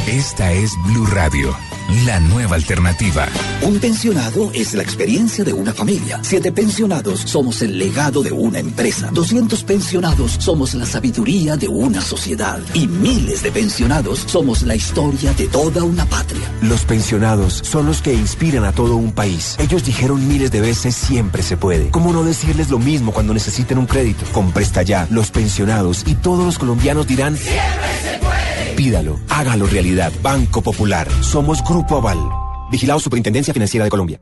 Esta es Blue Radio, la nueva alternativa.
Un pensionado es la experiencia de una familia. Siete pensionados somos el legado de una empresa. 200 pensionados somos la sabiduría de una sociedad. Y miles de pensionados somos la historia de toda una patria.
Los pensionados son los que inspiran a todo un país. Ellos dijeron miles de veces siempre se puede. ¿Cómo no decirles lo mismo cuando necesiten un crédito? Con Presta Ya, los pensionados y todos los colombianos dirán siempre se puede. Pídalo, hágalo realidad. Banco Popular, somos Grupo Aval. Vigilado Superintendencia Financiera de Colombia.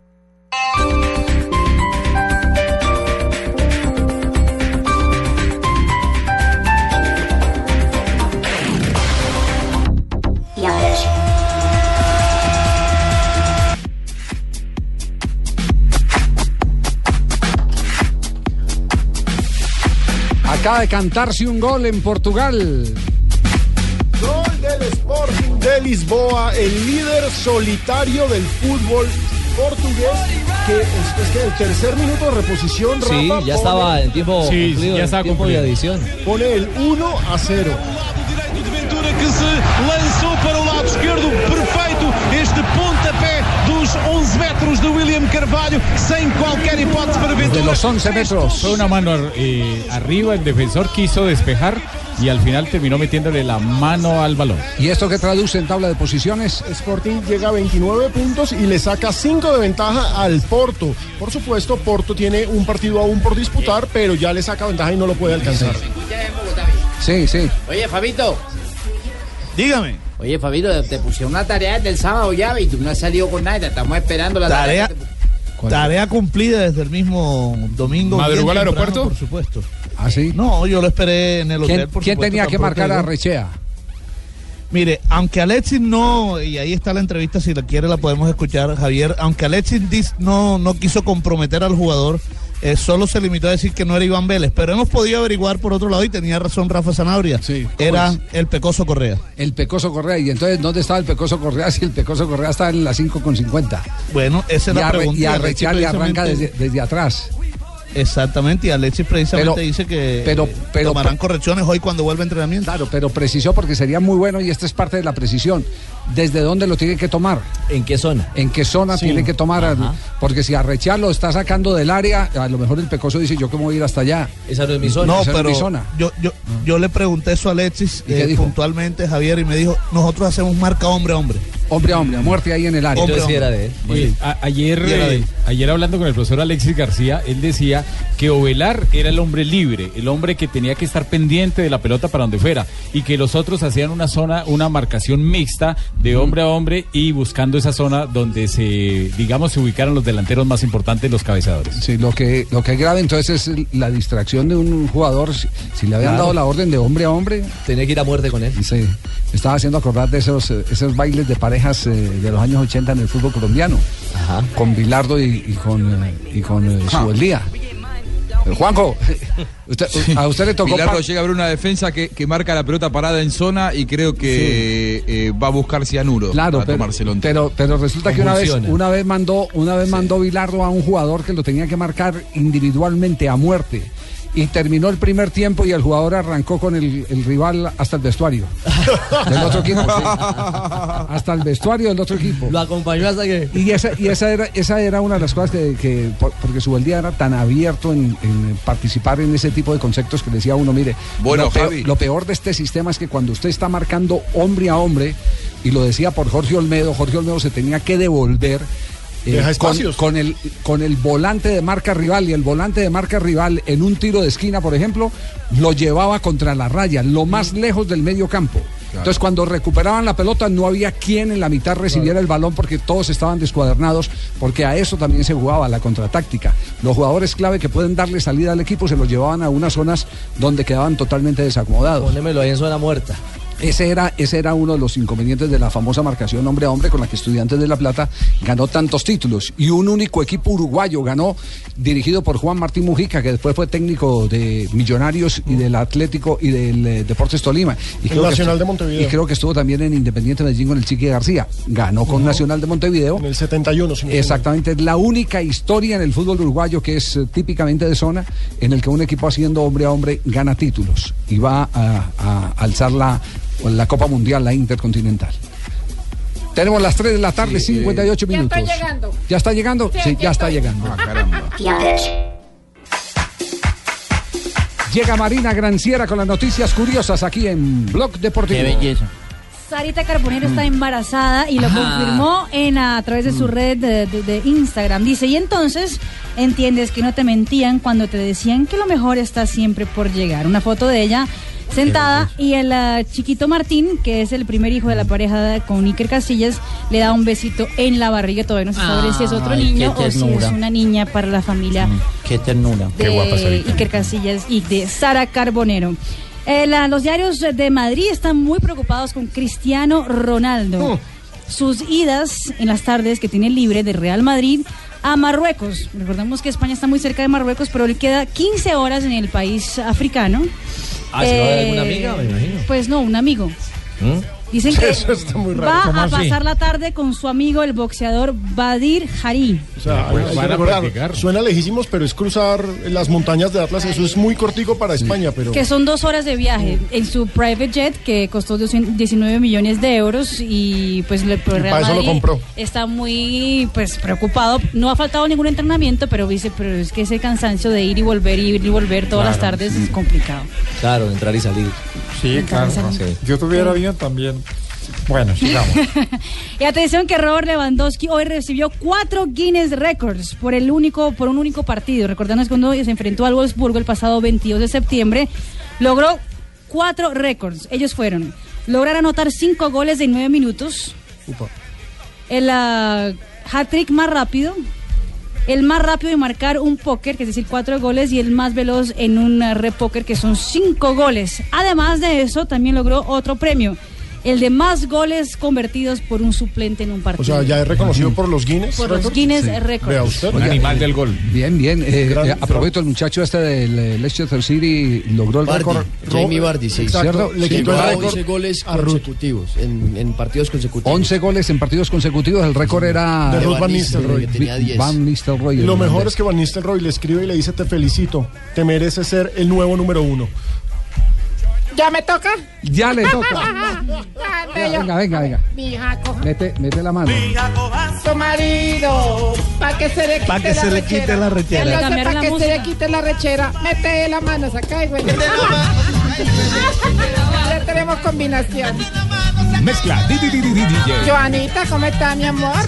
Acaba de cantarse un gol en Portugal.
Gol del Sporting de Lisboa, el líder solitario del fútbol portugués, que es, es que el tercer minuto de reposición,
Sí,
Rafa,
ya
pone-
estaba en tiempo cumplido, en tiempo de adición.
Pone el 1 a 0.
que se lançou para o lado esquerdo, perfeito este pontapé dos 11 metros de William Carvalho, sem qualquer hipótese para Ventura.
los 11 metros.
Fue una mano ar- eh, arriba, el defensor quiso despejar y al final terminó metiéndole la mano al balón.
¿Y esto qué traduce en tabla de posiciones?
Sporting llega a 29 puntos y le saca 5 de ventaja al Porto. Por supuesto, Porto tiene un partido aún por disputar, pero ya le saca ventaja y no lo puede alcanzar.
Sí, sí.
Oye, Fabito. Dígame. Oye, Fabito, te pusieron una tarea del sábado ya y tú no has salido con nada. Estamos esperando la
Tarea.
que te-
Tarea cumplida desde el mismo domingo.
¿Madrugó
bien
al
temprano,
aeropuerto?
Por supuesto.
¿Ah, sí?
No, yo lo esperé en el hotel.
¿Quién,
por
quién
supuesto,
tenía
tan
que
pronto
marcar a
llegó.
Rechea?
Mire, aunque Alexis no, y ahí está la entrevista, si la quiere la podemos escuchar, Javier, aunque Alexis dis- no, no quiso comprometer al jugador, eh, solo se limitó a decir que no era Iván Vélez, pero hemos podido averiguar por otro lado y tenía razón Rafa Sanabria, era
es?
el Pecoso Correa.
El Pecoso Correa. ¿Y entonces dónde estaba el Pecoso Correa si el Pecoso Correa está en la 5,50?
Bueno, esa es
Y
la
arre-
pregunta.
y arrechar le arranca
precisamente-
desde, desde atrás.
Exactamente, y Alexis precisamente dice que eh,
pero, pero,
tomarán correcciones hoy cuando vuelva a entrenamiento.
Claro, pero precisó porque sería muy bueno y esta es parte de la precisión. ¿Desde dónde lo tienen que tomar?
¿En qué zona?
¿En qué zona
Sí.
tienen que tomar? al-
Ajá.
porque si Arrechar lo está sacando del área, a lo mejor el Pecoso dice, yo que voy a ir hasta allá.
Esa no es mi
No,
Esa no es
pero
mi zona.
Yo, yo, yo le pregunté eso a Alexis
Ah. ¿Y qué
eh,
dijo?
puntualmente, Javier, y me dijo, nosotros hacemos marca hombre a hombre.
Hombre a hombre, a muerte ahí en el área.
Hombre a hombre.
Oye, Eh, a- ayer,
Y era de
eh,
él.
ayer hablando con el profesor Alexis García, él decía que Ovelar era el hombre libre, el hombre que tenía que estar pendiente de la pelota para donde fuera, y que los otros hacían una zona, una marcación mixta de hombre a hombre y buscando esa zona donde se, digamos, se ubicaron los delanteros más importantes, los cabezadores.
Sí, lo que, lo que es grave entonces es la distracción de un jugador. Si, si le habían
Claro.
dado la orden de hombre a hombre.
Tenía que ir a muerte con él.
Sí. Me estaba haciendo acordar de esos, eh, esos bailes de parejas eh, de los años 80 en el fútbol colombiano. Con Bilardo y, y con, eh, y con eh,
Ja.
Subeldía. Eh, Juanjo, usted- a usted le tocó.
Bilardo
pa-
llega a ver una defensa que, que marca la pelota parada en zona y creo que eh, va a buscar cianuro
Claro,
para
pero-
tomárselo entero.
Pero, pero resulta que una vez,
Convulsiona.
una vez mandó, una vez mandó Bilardo a un jugador que lo tenía que marcar individualmente a muerte. Y terminó el primer tiempo y el jugador arrancó con el, el rival hasta el vestuario. Del otro equipo. Hasta el vestuario del otro equipo.
Lo acompañó hasta que.
Y esa, y esa era, esa era una de las cosas que, que por- porque su día era tan abierto en, en participar en ese tipo de conceptos que le decía uno, mire,
Bueno,
lo, peor,
Javi.
lo peor de este sistema es que cuando usted está marcando hombre a hombre, y lo decía por Jorge Olmedo, Jorge Olmedo se tenía que devolver.
Deja
Eh, con,
espacios.
con el, con el volante de marca rival y el volante de marca rival en un tiro de esquina, por ejemplo, lo llevaba contra la raya, lo más
Mm.
lejos del medio campo. Entonces, cuando recuperaban la pelota, no había quien en la mitad recibiera el balón porque todos estaban descuadernados, porque a eso también se jugaba, la contratáctica. Los jugadores clave que pueden darle salida al equipo se los llevaban a unas zonas donde quedaban totalmente desacomodados.
Pónemelo ahí en zona muerta.
Ese era, ese era uno de los inconvenientes de la famosa marcación hombre a hombre con la que Estudiantes de La Plata ganó tantos títulos. Y un único equipo uruguayo ganó, dirigido por Juan Martín Mujica, que después fue técnico de Millonarios y del Atlético y del eh, Deportes Tolima. Y
El
que
Nacional
estu-
de Montevideo.
Y creo que estuvo también en Independiente Medellín con el Chiqui García. Ganó con Nacional de Montevideo. En el
71,
Exactamente. La única historia en el fútbol uruguayo que es eh, típicamente de zona, en el que un equipo haciendo hombre a hombre gana títulos y va a, a alzar la, la Copa Mundial, la Intercontinental. Tenemos las 3 de la tarde, 58
eh,
minutos.
llegando.
¿Ya está llegando? Sí, ya está llegando.
Ah,
Llega Marina Granciera con las noticias curiosas aquí en Blog Deportivo.
Qué belleza.
Sarita Carbonero está embarazada y lo
Ajá. Mm.
confirmó en, a través de su red de, de- de Instagram. Dice, y entonces entiendes que no te mentían cuando te decían que lo mejor está siempre por llegar. Una foto de ella sentada y el ah, chiquito Martín, que es el primer hijo de la pareja con Iker Casillas, le da un besito en la barriga. Todavía no se sabe si es otro
Ay, qué
niño o si es
ternura.
una niña para la familia
Qué ternura.
de Iker Casillas y de Sara Carbonero. Eh, la- los diarios de Madrid están muy preocupados con Cristiano
Oh.
Ronaldo. Sus idas en las tardes que tiene libre de Real Madrid a Marruecos. Recordemos que España está muy cerca de Marruecos, pero le queda 15 horas en el país africano.
Ah, ¿se va a ver alguna amiga? Me imagino.
Pues no, un amigo. Dicen que
Eso está muy raro. ¿Cómo
va a
así?
pasar la tarde con su amigo el boxeador Badir Harí.
O sea,
Pues
hay que
van a
recordar,
practicar.
suena lejísimos, pero es cruzar las montañas de Atlas. Eso es muy cortico para España, pero.
Que son dos horas de viaje en su private jet que costó 200 19 millones de euros y pues le pero
Y
Real
para eso lo
Madrid
compró.
está muy pues preocupado. No ha faltado ningún entrenamiento, pero dice, pero es que ese cansancio de ir y volver y ir y volver todas las
Claro.
tardes es
Mm.
complicado.
Claro, entrar y salir.
Sí,
Entrar y claro. salir.
Yo tuviera bien también. Bueno, sigamos.
Y atención que Robert Lewandowski hoy recibió cuatro Guinness Records por el único por un único partido. Recordemos que cuando se enfrentó al Wolfsburgo el pasado 22 de septiembre logró cuatro récords. Ellos fueron lograr anotar cinco goles en nueve minutos, el ah, hat-trick más rápido, el más rápido en marcar un póker, que es decir, cuatro goles, y el más veloz en un ah, repóker, que son cinco goles. Además de eso, también logró otro premio. el de más goles convertidos por un suplente en un partido.
O sea, ya es reconocido por los Guinness.
Por los Guinness Records.
Vea usted.
Oiga, eh,
gol.
Bien, bien. eh,
Gran-
eh, a propósito, el muchacho este del eh, Leicester City logró el
Bardi,
récord.
Jamie Vardy, sí.
¿Cierto? Le
Sí,
quitó el
llevaba
récord
11 goles
a Ruth.
consecutivos, en, en partidos consecutivos.
11 goles en partidos consecutivos. El récord era.
De Ruth Van
que tenía 10.
Van Nistelrooy.
Y
el
lo mejor
holandés.
es que Van Nistelrooy le escribe y le dice, te felicito, te mereces ser el nuevo número uno.
¿Ya me toca?
Ya le toca.
Ah, bello.
Venga, venga, venga.
Mi jaco.
Mete, mete la mano.
Tu marido, pa' que se le quite
Pa' que
la
se le
rechera.
quite la rechera.
Él lo hace
Cambiar
pa'
la
que se
música.
le quite la rechera. Mete la mano, saca y güey. Ya tenemos combinación.
Mezcla. Di, di, di, di, di, DJ.
Joanita, ¿cómo está mi amor?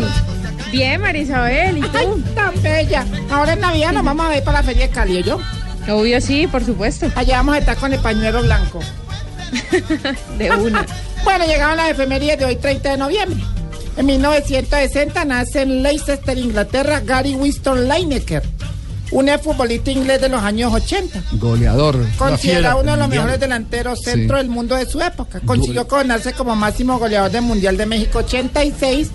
Bien, Marisabel, ¿y tú? tan bella. Ahora en Navidad nos vamos a ir para la Feria de Cali, yo? Obvio, sí, por supuesto. Allá vamos a estar con el pañuelo blanco. de una. bueno, llegaron las efemerías de hoy, 30 de noviembre. En 1960 nace en Leicester, Inglaterra, Gary Winston Lineker, un futbolista inglés de los años 80.
Goleador.
Considerado uno de los
Mundial.
mejores delanteros centro
Sí.
del mundo de su época. Consiguió coronarse como máximo goleador del Mundial de México 86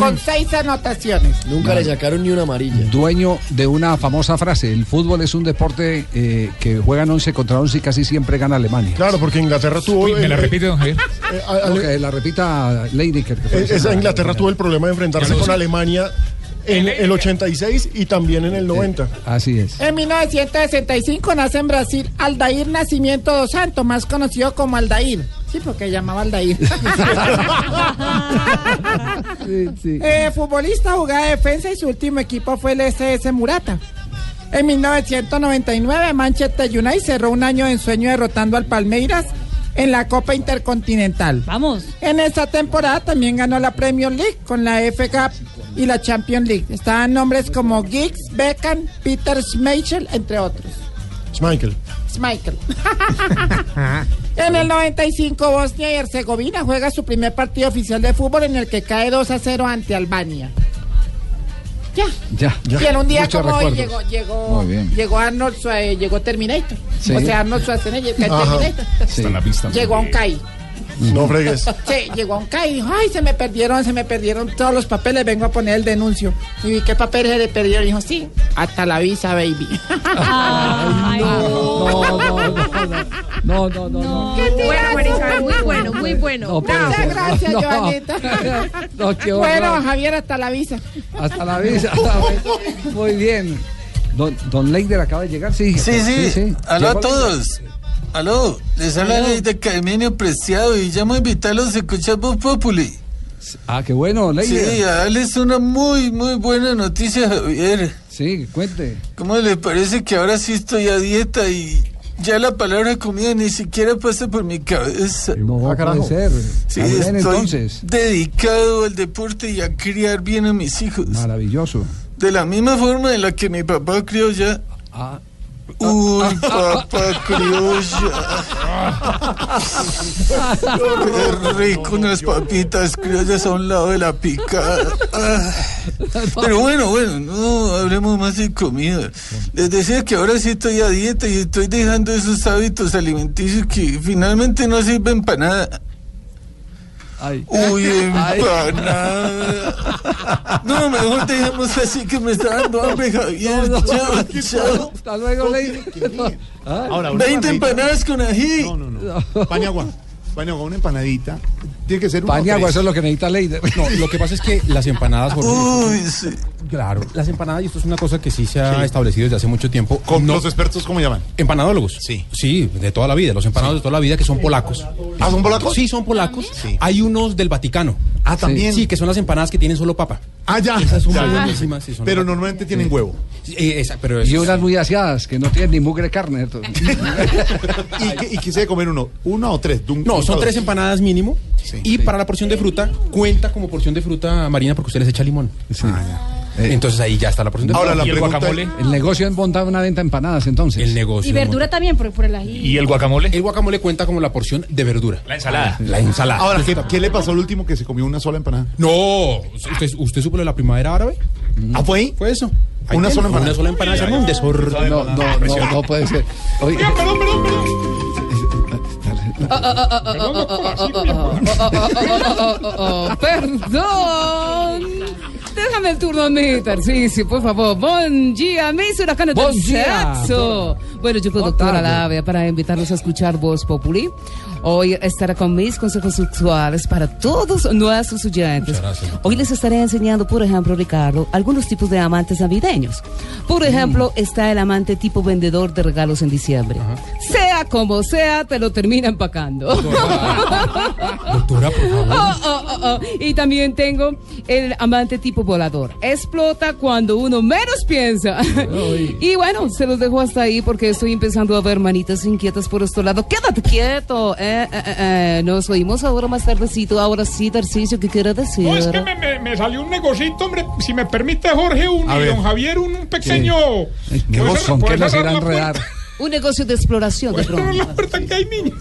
con seis anotaciones.
Nunca
No.
le sacaron ni una amarilla.
Dueño de una famosa frase: el fútbol es un deporte eh, que juegan 11 contra 11 y casi siempre gana Alemania.
Claro, porque Inglaterra tuvo...
Uy, ¿me la
repite, don Javier?
que la repita Leineker. que fue
Eh, Esa
el-
Inglaterra tuvo el problema de enfrentarse con Alemania en el 86 y también en el 90.
Así es.
En 1965 nace en Brasil Aldair Nacimiento dos Santos, más conocido como Aldair. Sí, porque llamaba Aldair. Eh, futbolista jugaba de defensa y su último equipo fue el SS Murata. En 1999 Manchester United cerró un año en sueño derrotando al Palmeiras en la Copa Intercontinental.
Vamos.
En esta temporada también ganó la Premier League con la FA Cup y la Champions League. Estaban nombres como Giggs, Beckham, Peter Schmeichel, entre otros.
Michael.
Michael. Ah, en el 95 Bosnia y Herzegovina juega su primer partido oficial de fútbol en el que cae 2 a 0 ante Albania. Ya.
Ya, ya.
y en un día
Muchos
como hoy llegó,
recuerdos.
llegó,
Muy bien.
llegó Arnold Schwar- llegó Terminator.
Sí.
O sea, Arnold Schwarzenegger que es
Ajá.
Terminator.
Está en la pista.
Llegó a un CAI.
No fregues.
Sí, llegó a un CAI y dijo, ay, se me perdieron, se me perdieron todos los papeles, vengo a poner el denuncio. Y vi, ¿qué papeles se le perdieron? Y dijo, sí, hasta la visa, baby.
No, no, no, no, no, no, no.
Bueno,
Marisabel, muy bueno, muy bueno.
No, pero-
Muchas gracias,
no.
Joanita.
No, qué horror.
bueno, Javier, hasta la visa.
Hasta la visa. hasta la visa. Muy bien. Don, don Leider acaba de llegar, sí.
Sí, sí. Aló
Llegó
a todos. Aló, les habla
Aló.
Ley de Carmenio Preciado y llamo a invitarlos a escuchar Voz Populi.
Ah, qué bueno, Leider.
Sí, a darles una muy, muy buena noticia, Javier.
Sí, cuente.
¿Cómo les parece que ahora sí estoy a dieta y ya la palabra comida ni siquiera pasa por mi cabeza?
No
carajo.
puede ser.
Sí,
Está bien,
estoy
entonces.
dedicado al deporte y a criar bien a mis hijos.
Maravilloso.
De la misma forma en la que mi papá crió ya. Uy, papá criolla. Qué rico unas papitas criollas a un lado de la picada. Ah. Pero bueno, bueno, no hablemos más de comida. Les decía que ahora sí estoy a dieta y estoy dejando esos hábitos alimenticios que finalmente no sirven para nada. Uy,
Ay.
empanada. No, mejor dejemos así que me está dando hambre, Javier.
No, no,
chao,
aquí
chao.
Hasta luego, Ley.
Ahora, una
20
empanadita.
empanadas con ají.
No, no, no. Paniagua. Paniagua, una empanadita. Tiene que ser una.
Paniagua, eso es lo que necesita Leider.
No, lo que pasa es que las empanadas.
Uy,
Ah, Claro, las empanadas, y esto es una cosa que sí se ha establecido desde hace mucho tiempo.
¿Con los expertos cómo llaman?
Empanadólogos. Sí. Sí, de toda la vida, los empanados de toda la vida que son polacos.
¿Ah, son polacos?
Sí, son polacos. Hay unos del Vaticano.
Ah, también.
Sí, que son las empanadas que tienen solo papa.
Ah, ya.
Esas son
Ya,
muy
ya.
buenísimas, sí, son
Pero
buenas.
normalmente tienen
Sí.
huevo.
Sí, eh, esa- pero
Y
eso-
unas muy aseadas que no tienen ni mugre carne. entonces.
¿Y, qué- y quise comer uno. ¿Una o tres?
No, son tres empanadas mínimo. Y para la porción de fruta, cuenta como porción de fruta marina porque usted les echa limón. Eh, Entonces ahí ya está la porción de
Ahora,
fruta.
la pregunta es-
El negocio es montar una venta de empanadas, entonces.
El negocio.
Y verdura también por, por el ají.
el guacamole? El guacamole cuenta como la porción de verdura. La
ensalada.
La ensalada.
Ahora, ¿qué, qué le pasó al último que se comió una sola empanada?
No, ¿usted, usted supo lo de la primavera árabe?
¿Ah, fue ahí?
Fue eso. Ahí
Una
tiene,
sola empanada.
Una sola empanada, se llama un desorden.
No, no, no, no puede ser. Oye,
Perdón, perdón, perdón.
Oh, Perdón. Déjame el turno a mí, Tarcisio, por favor. Buen día, mis huracanes
Buen
del
día,
sexo. Bueno, yo soy doctora Lavia para invitarlos a escuchar Voz Populi. Hoy estaré con mis consejos sexuales para todos nuestros oyentes. Hoy les estaré enseñando, por ejemplo, Ricardo, algunos tipos de amantes navideños. Por ejemplo, está el amante tipo vendedor de regalos en diciembre. Sea como sea, te lo termina empacando. Oh, oh, oh, oh. Y también tengo el amante tipo volador. Explota cuando uno menos piensa. y bueno, se los dejo hasta ahí porque estoy empezando a ver manitas inquietas por este lado. Quédate quieto. eh, eh, eh, eh. Nos oímos ahora más tardecito. Ahora sí, Tarcisio, ¿qué quieres decir?
No, es que me, me- me salió un negocito, hombre. Si me permite, Jorge, un,
A
y
ver.
don Javier, un, un pequeño.
¿Qué
¿Puedes
voz
cerrar-
con qué
puedes
nos
cerrar
irá a
la puerta?
enredar?
Un negocio de exploración, de pronto.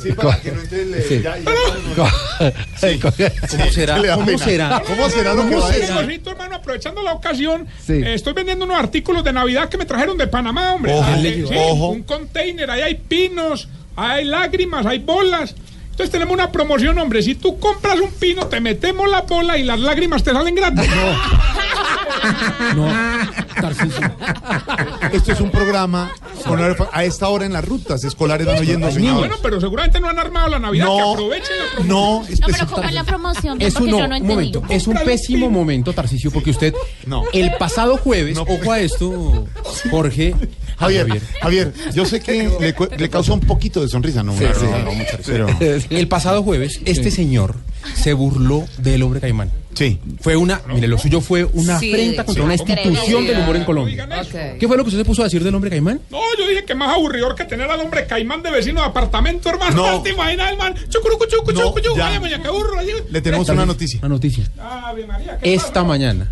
Sí, para que no entonces le-
Sí.
ya- ya-
Sí.
¿Cómo será? ¿Cómo será? ¿Cómo será lo que va a
Sí,
decir?
Jorgito, hermano, aprovechando la ocasión,
Sí.
eh, estoy vendiendo unos artículos de Navidad que me trajeron de Panamá, hombre.
Ojo,
Ah, eh,
ojo.
sí, Un container, ahí hay pinos, hay lágrimas, hay bolas. Entonces tenemos una promoción, hombre. Si tú compras un pino, te metemos la bola y las lágrimas te salen gratis.
No, Tarcisio. Esto es un programa con la- a esta hora en las rutas escolares van oyendo señores.
Bueno, pero seguramente no han armado la Navidad.
No,
que aprovechen la promoción.
No,
No,
especifica-
pero ¿cómo es la promoción?
Es un,
Porque
no,
yo no
un
entendí.
momento, es un pésimo momento, Tarcicio, porque usted el pasado jueves, ojo a esto, Jorge,
Javier, Javier, yo sé que le, cu- le causa un poquito de sonrisa, no,
Sí,
no,
sí.
no, no, mucha risa, pero-
El pasado jueves, este señor se burló del hombre caimán.
Sí.
Fue una, mire, lo suyo fue una
Sí.
afrenta contra
Sí.
una institución
Increíble.
del humor en Colombia.
Ok.
¿Qué fue lo que usted se puso a decir del hombre caimán?
No, yo dije que más aburridor que tener al hombre caimán de vecino de apartamento, hermano.
No.
¿Te imaginas, hermano? Chucurucu, chucu, chucu, chucu. Ay, mañana, qué burro. ay,
Le tenemos una noticia. Una noticia.
Ave María, qué
Esta
barro.
mañana,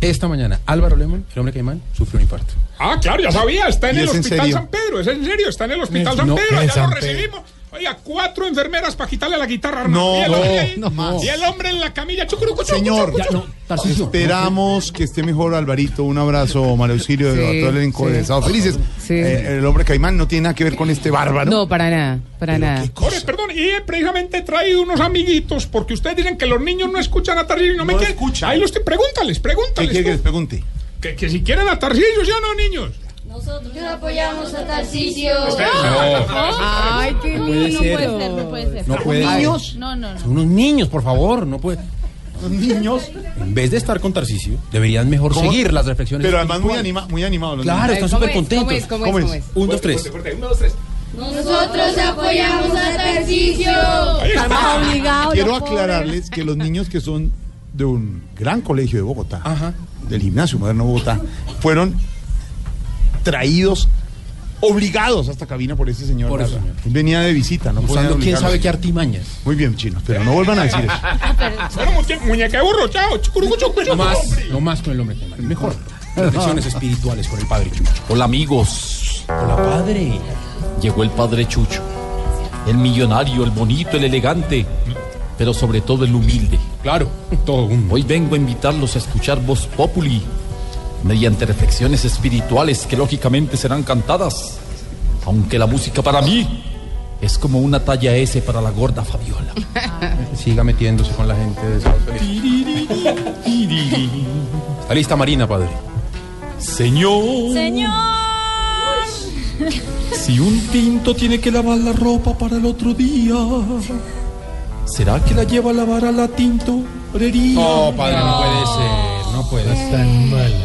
esta mañana, Álvaro Lemon, el hombre caimán, sufrió un infarto.
Ah, claro, ya sabía, está en
¿Y
el
es en
Hospital
serio?
San Pedro, es en serio, está en el Hospital
No,
San
no,
Pedro,
en
allá
San
lo
Pedro.
recibimos. Oiga, cuatro enfermeras para quitarle la guitarra. hermano.
No,
y el hombre, ahí,
no, no.
y el hombre en la camilla. Chucurucu, chucu,
Señor,
chucu, chucu.
esperamos que esté mejor Alvarito. Un abrazo, Mario Auxilio,
Sí,
a todo el elenco de
sí.
Sábado Felices. Eh, el hombre caimán no tiene nada que ver con este bárbaro.
No, para nada, para nada.
Jorge, perdón, y he precisamente traído unos amiguitos porque ustedes dicen que los niños no escuchan a Tarcisio y no, me quieren. Ahí los te pregúntales, pregúntales.
quiere que les
pregunte? Que, que si quieren a Tarcisio, ¿sí o no, niños?
Nosotros apoyamos a Tarcisio.
Ay, qué
No,
puede
no
ser.
puede ser, no puede ser.
No puede ser.
Niños. No, no, no.
Son unos niños, por favor, no puede. Los niños, en vez de estar con Tarcisio, deberían mejor
¿Cómo?
seguir las reflexiones.
Pero además muy,
espirituales.
anima, muy animado. los
Claro,
niños.
están súper contentos. Un, dos, tres.
Nosotros apoyamos a Tarcisio.
Quiero aclararles que los niños que son de un gran colegio de Bogotá, del Gimnasio Moderno de Bogotá, fueron traídos, obligados a esta cabina por ese señor.
Por ese
Larra. Venía de visita, no podían
Usando quién
obligarlo.
sabe qué artimañas.
Muy bien, chinos, pero no vuelvan a decir eso.
Bueno, muñe- muñeca de burro, chao. Chucurucu, chucu, chucu.
No más, no más con el hombre. Mejor. Reflexiones espirituales con el padre Chucho.
Hola amigos. Hola padre. Llegó el padre Chucho. El millonario, el bonito, el elegante, pero sobre todo el humilde. Claro, todo Hoy vengo a invitarlos a escuchar Voz Populi mediante reflexiones espirituales que lógicamente serán cantadas. Aunque la música para mí es como una talla S para la gorda Fabiola.
Siga metiéndose con la gente de Estados Unidos. Está lista Marina, padre.
Señor.
Señor.
Si un tinto tiene que lavar la ropa para el otro día, ¿será que la lleva a lavar a la tintorería?
No, padre, no puede ser. No puede ser.
Tan mala.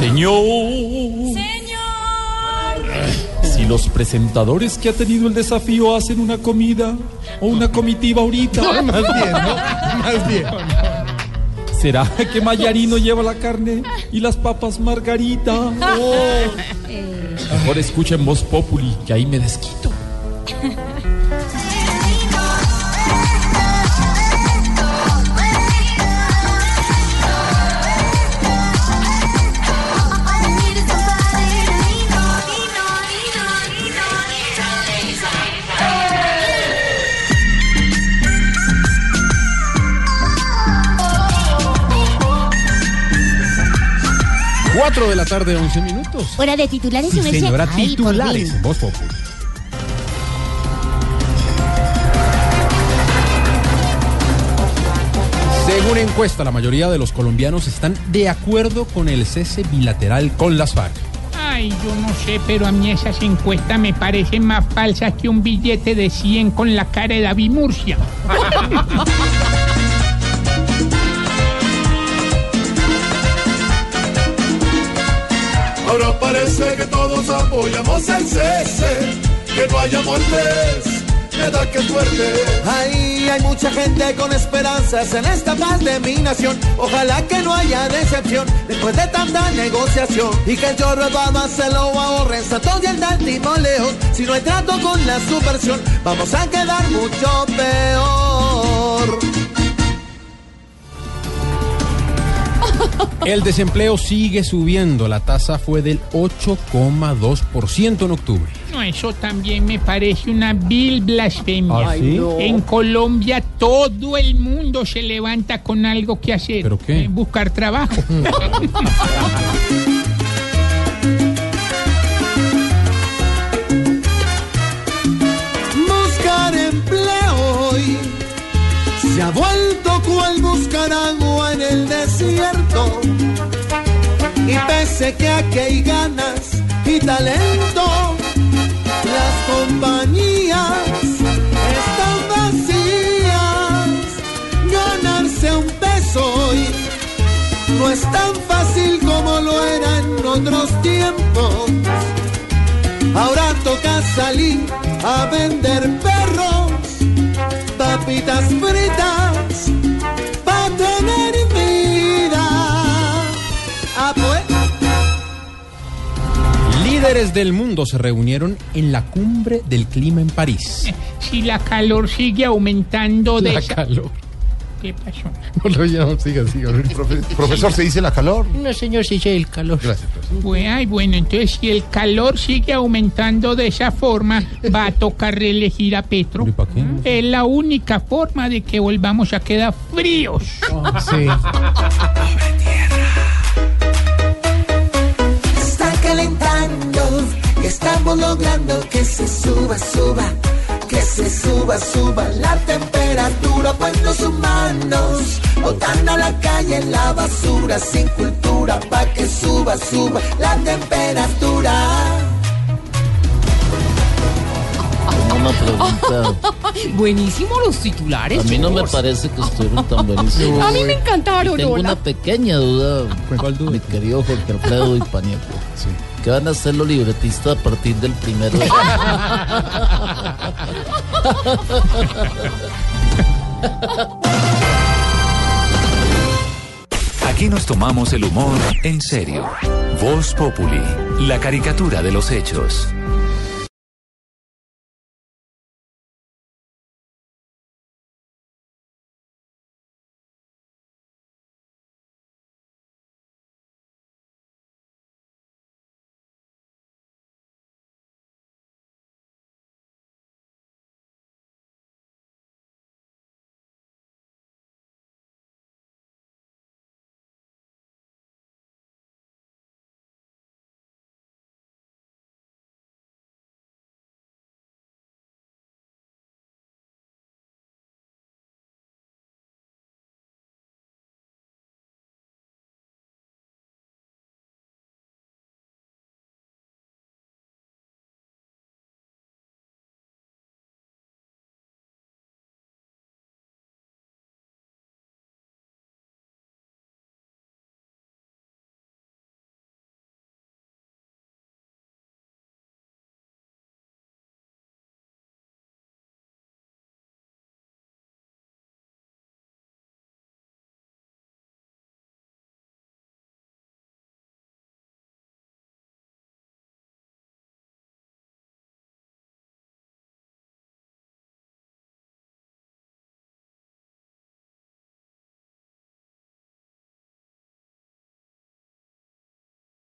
Señor. Si los presentadores que ha tenido el desafío hacen una comida o una comitiva ahorita.
No, más bien,
Más bien. ¿Será que Mayarino lleva la carne y las papas margarita? Mejor escuchen Voz Populi, que ahí me desquito.
Cuatro de la tarde, once minutos.
Hora de titulares
Sí,
comerciales.
señora,
Ay, por
titulares
fin.
en Voz Populi. Según encuesta, la mayoría de los colombianos están de acuerdo con el cese bilateral con las FARC.
Ay, yo no sé, pero a mí esas encuestas me parecen más falsas que un billete de 100 con la cara de David Murcia.
Ahora parece que todos apoyamos el cese, que no haya muertes, que da que suerte.
Ahí hay mucha gente con esperanzas en esta paz de mi nación. Ojalá que no haya decepción después de tanta negociación. Y que el chorro Baba se lo ahorre, Santos y el Dántimo León. Si no hay trato con la subversión, vamos a quedar mucho peor.
El desempleo sigue subiendo. La tasa fue del 8,2% en octubre.
No, eso también me parece una vil blasfemia.
¿Ah, sí? Ay, no.
En Colombia todo el mundo se levanta con algo que hacer.
¿Pero qué?
Eh, Buscar trabajo.
Buscar empleo hoy se ha vuelto cual buscar agua en el desierto. Y pese que aquí hay ganas y talento, las compañías están vacías. Ganarse un peso hoy no es tan fácil como lo era en otros tiempos. Ahora toca salir a vender perros papitas fritas pa' tener vida. Ah, pues.
Líderes del mundo se reunieron en la cumbre del clima en París.
Si la calor sigue aumentando de
La
esa-
calor.
¿Qué pasó?
No lo oyeron, siga, siga. Profe- profesor, ¿se dice la calor?
No, señor, sí sé el calor.
Gracias,
Bueno, ay, bueno, entonces si el calor sigue aumentando de esa forma, va a tocar reelegir a Petro. Es la única forma de que volvamos a quedar fríos.
Está calentando y estamos logrando que se suba, suba, que se suba, suba la temperatura, pues los humanos botando a la calle la basura sin cultura, pa' que suba, suba la temperatura.
No me Buenísimo los titulares.
A mí no me
chicos.
parece que estuvieron tan buenísimos.
A mí me encantaron,
Y Tengo
hola.
una pequeña duda, mi querido Jorge Alfredo y Panieco. ¿Qué van a hacer los libretistas a partir del primero de
Aquí nos tomamos el humor en serio. Voz Populi, la caricatura de los hechos.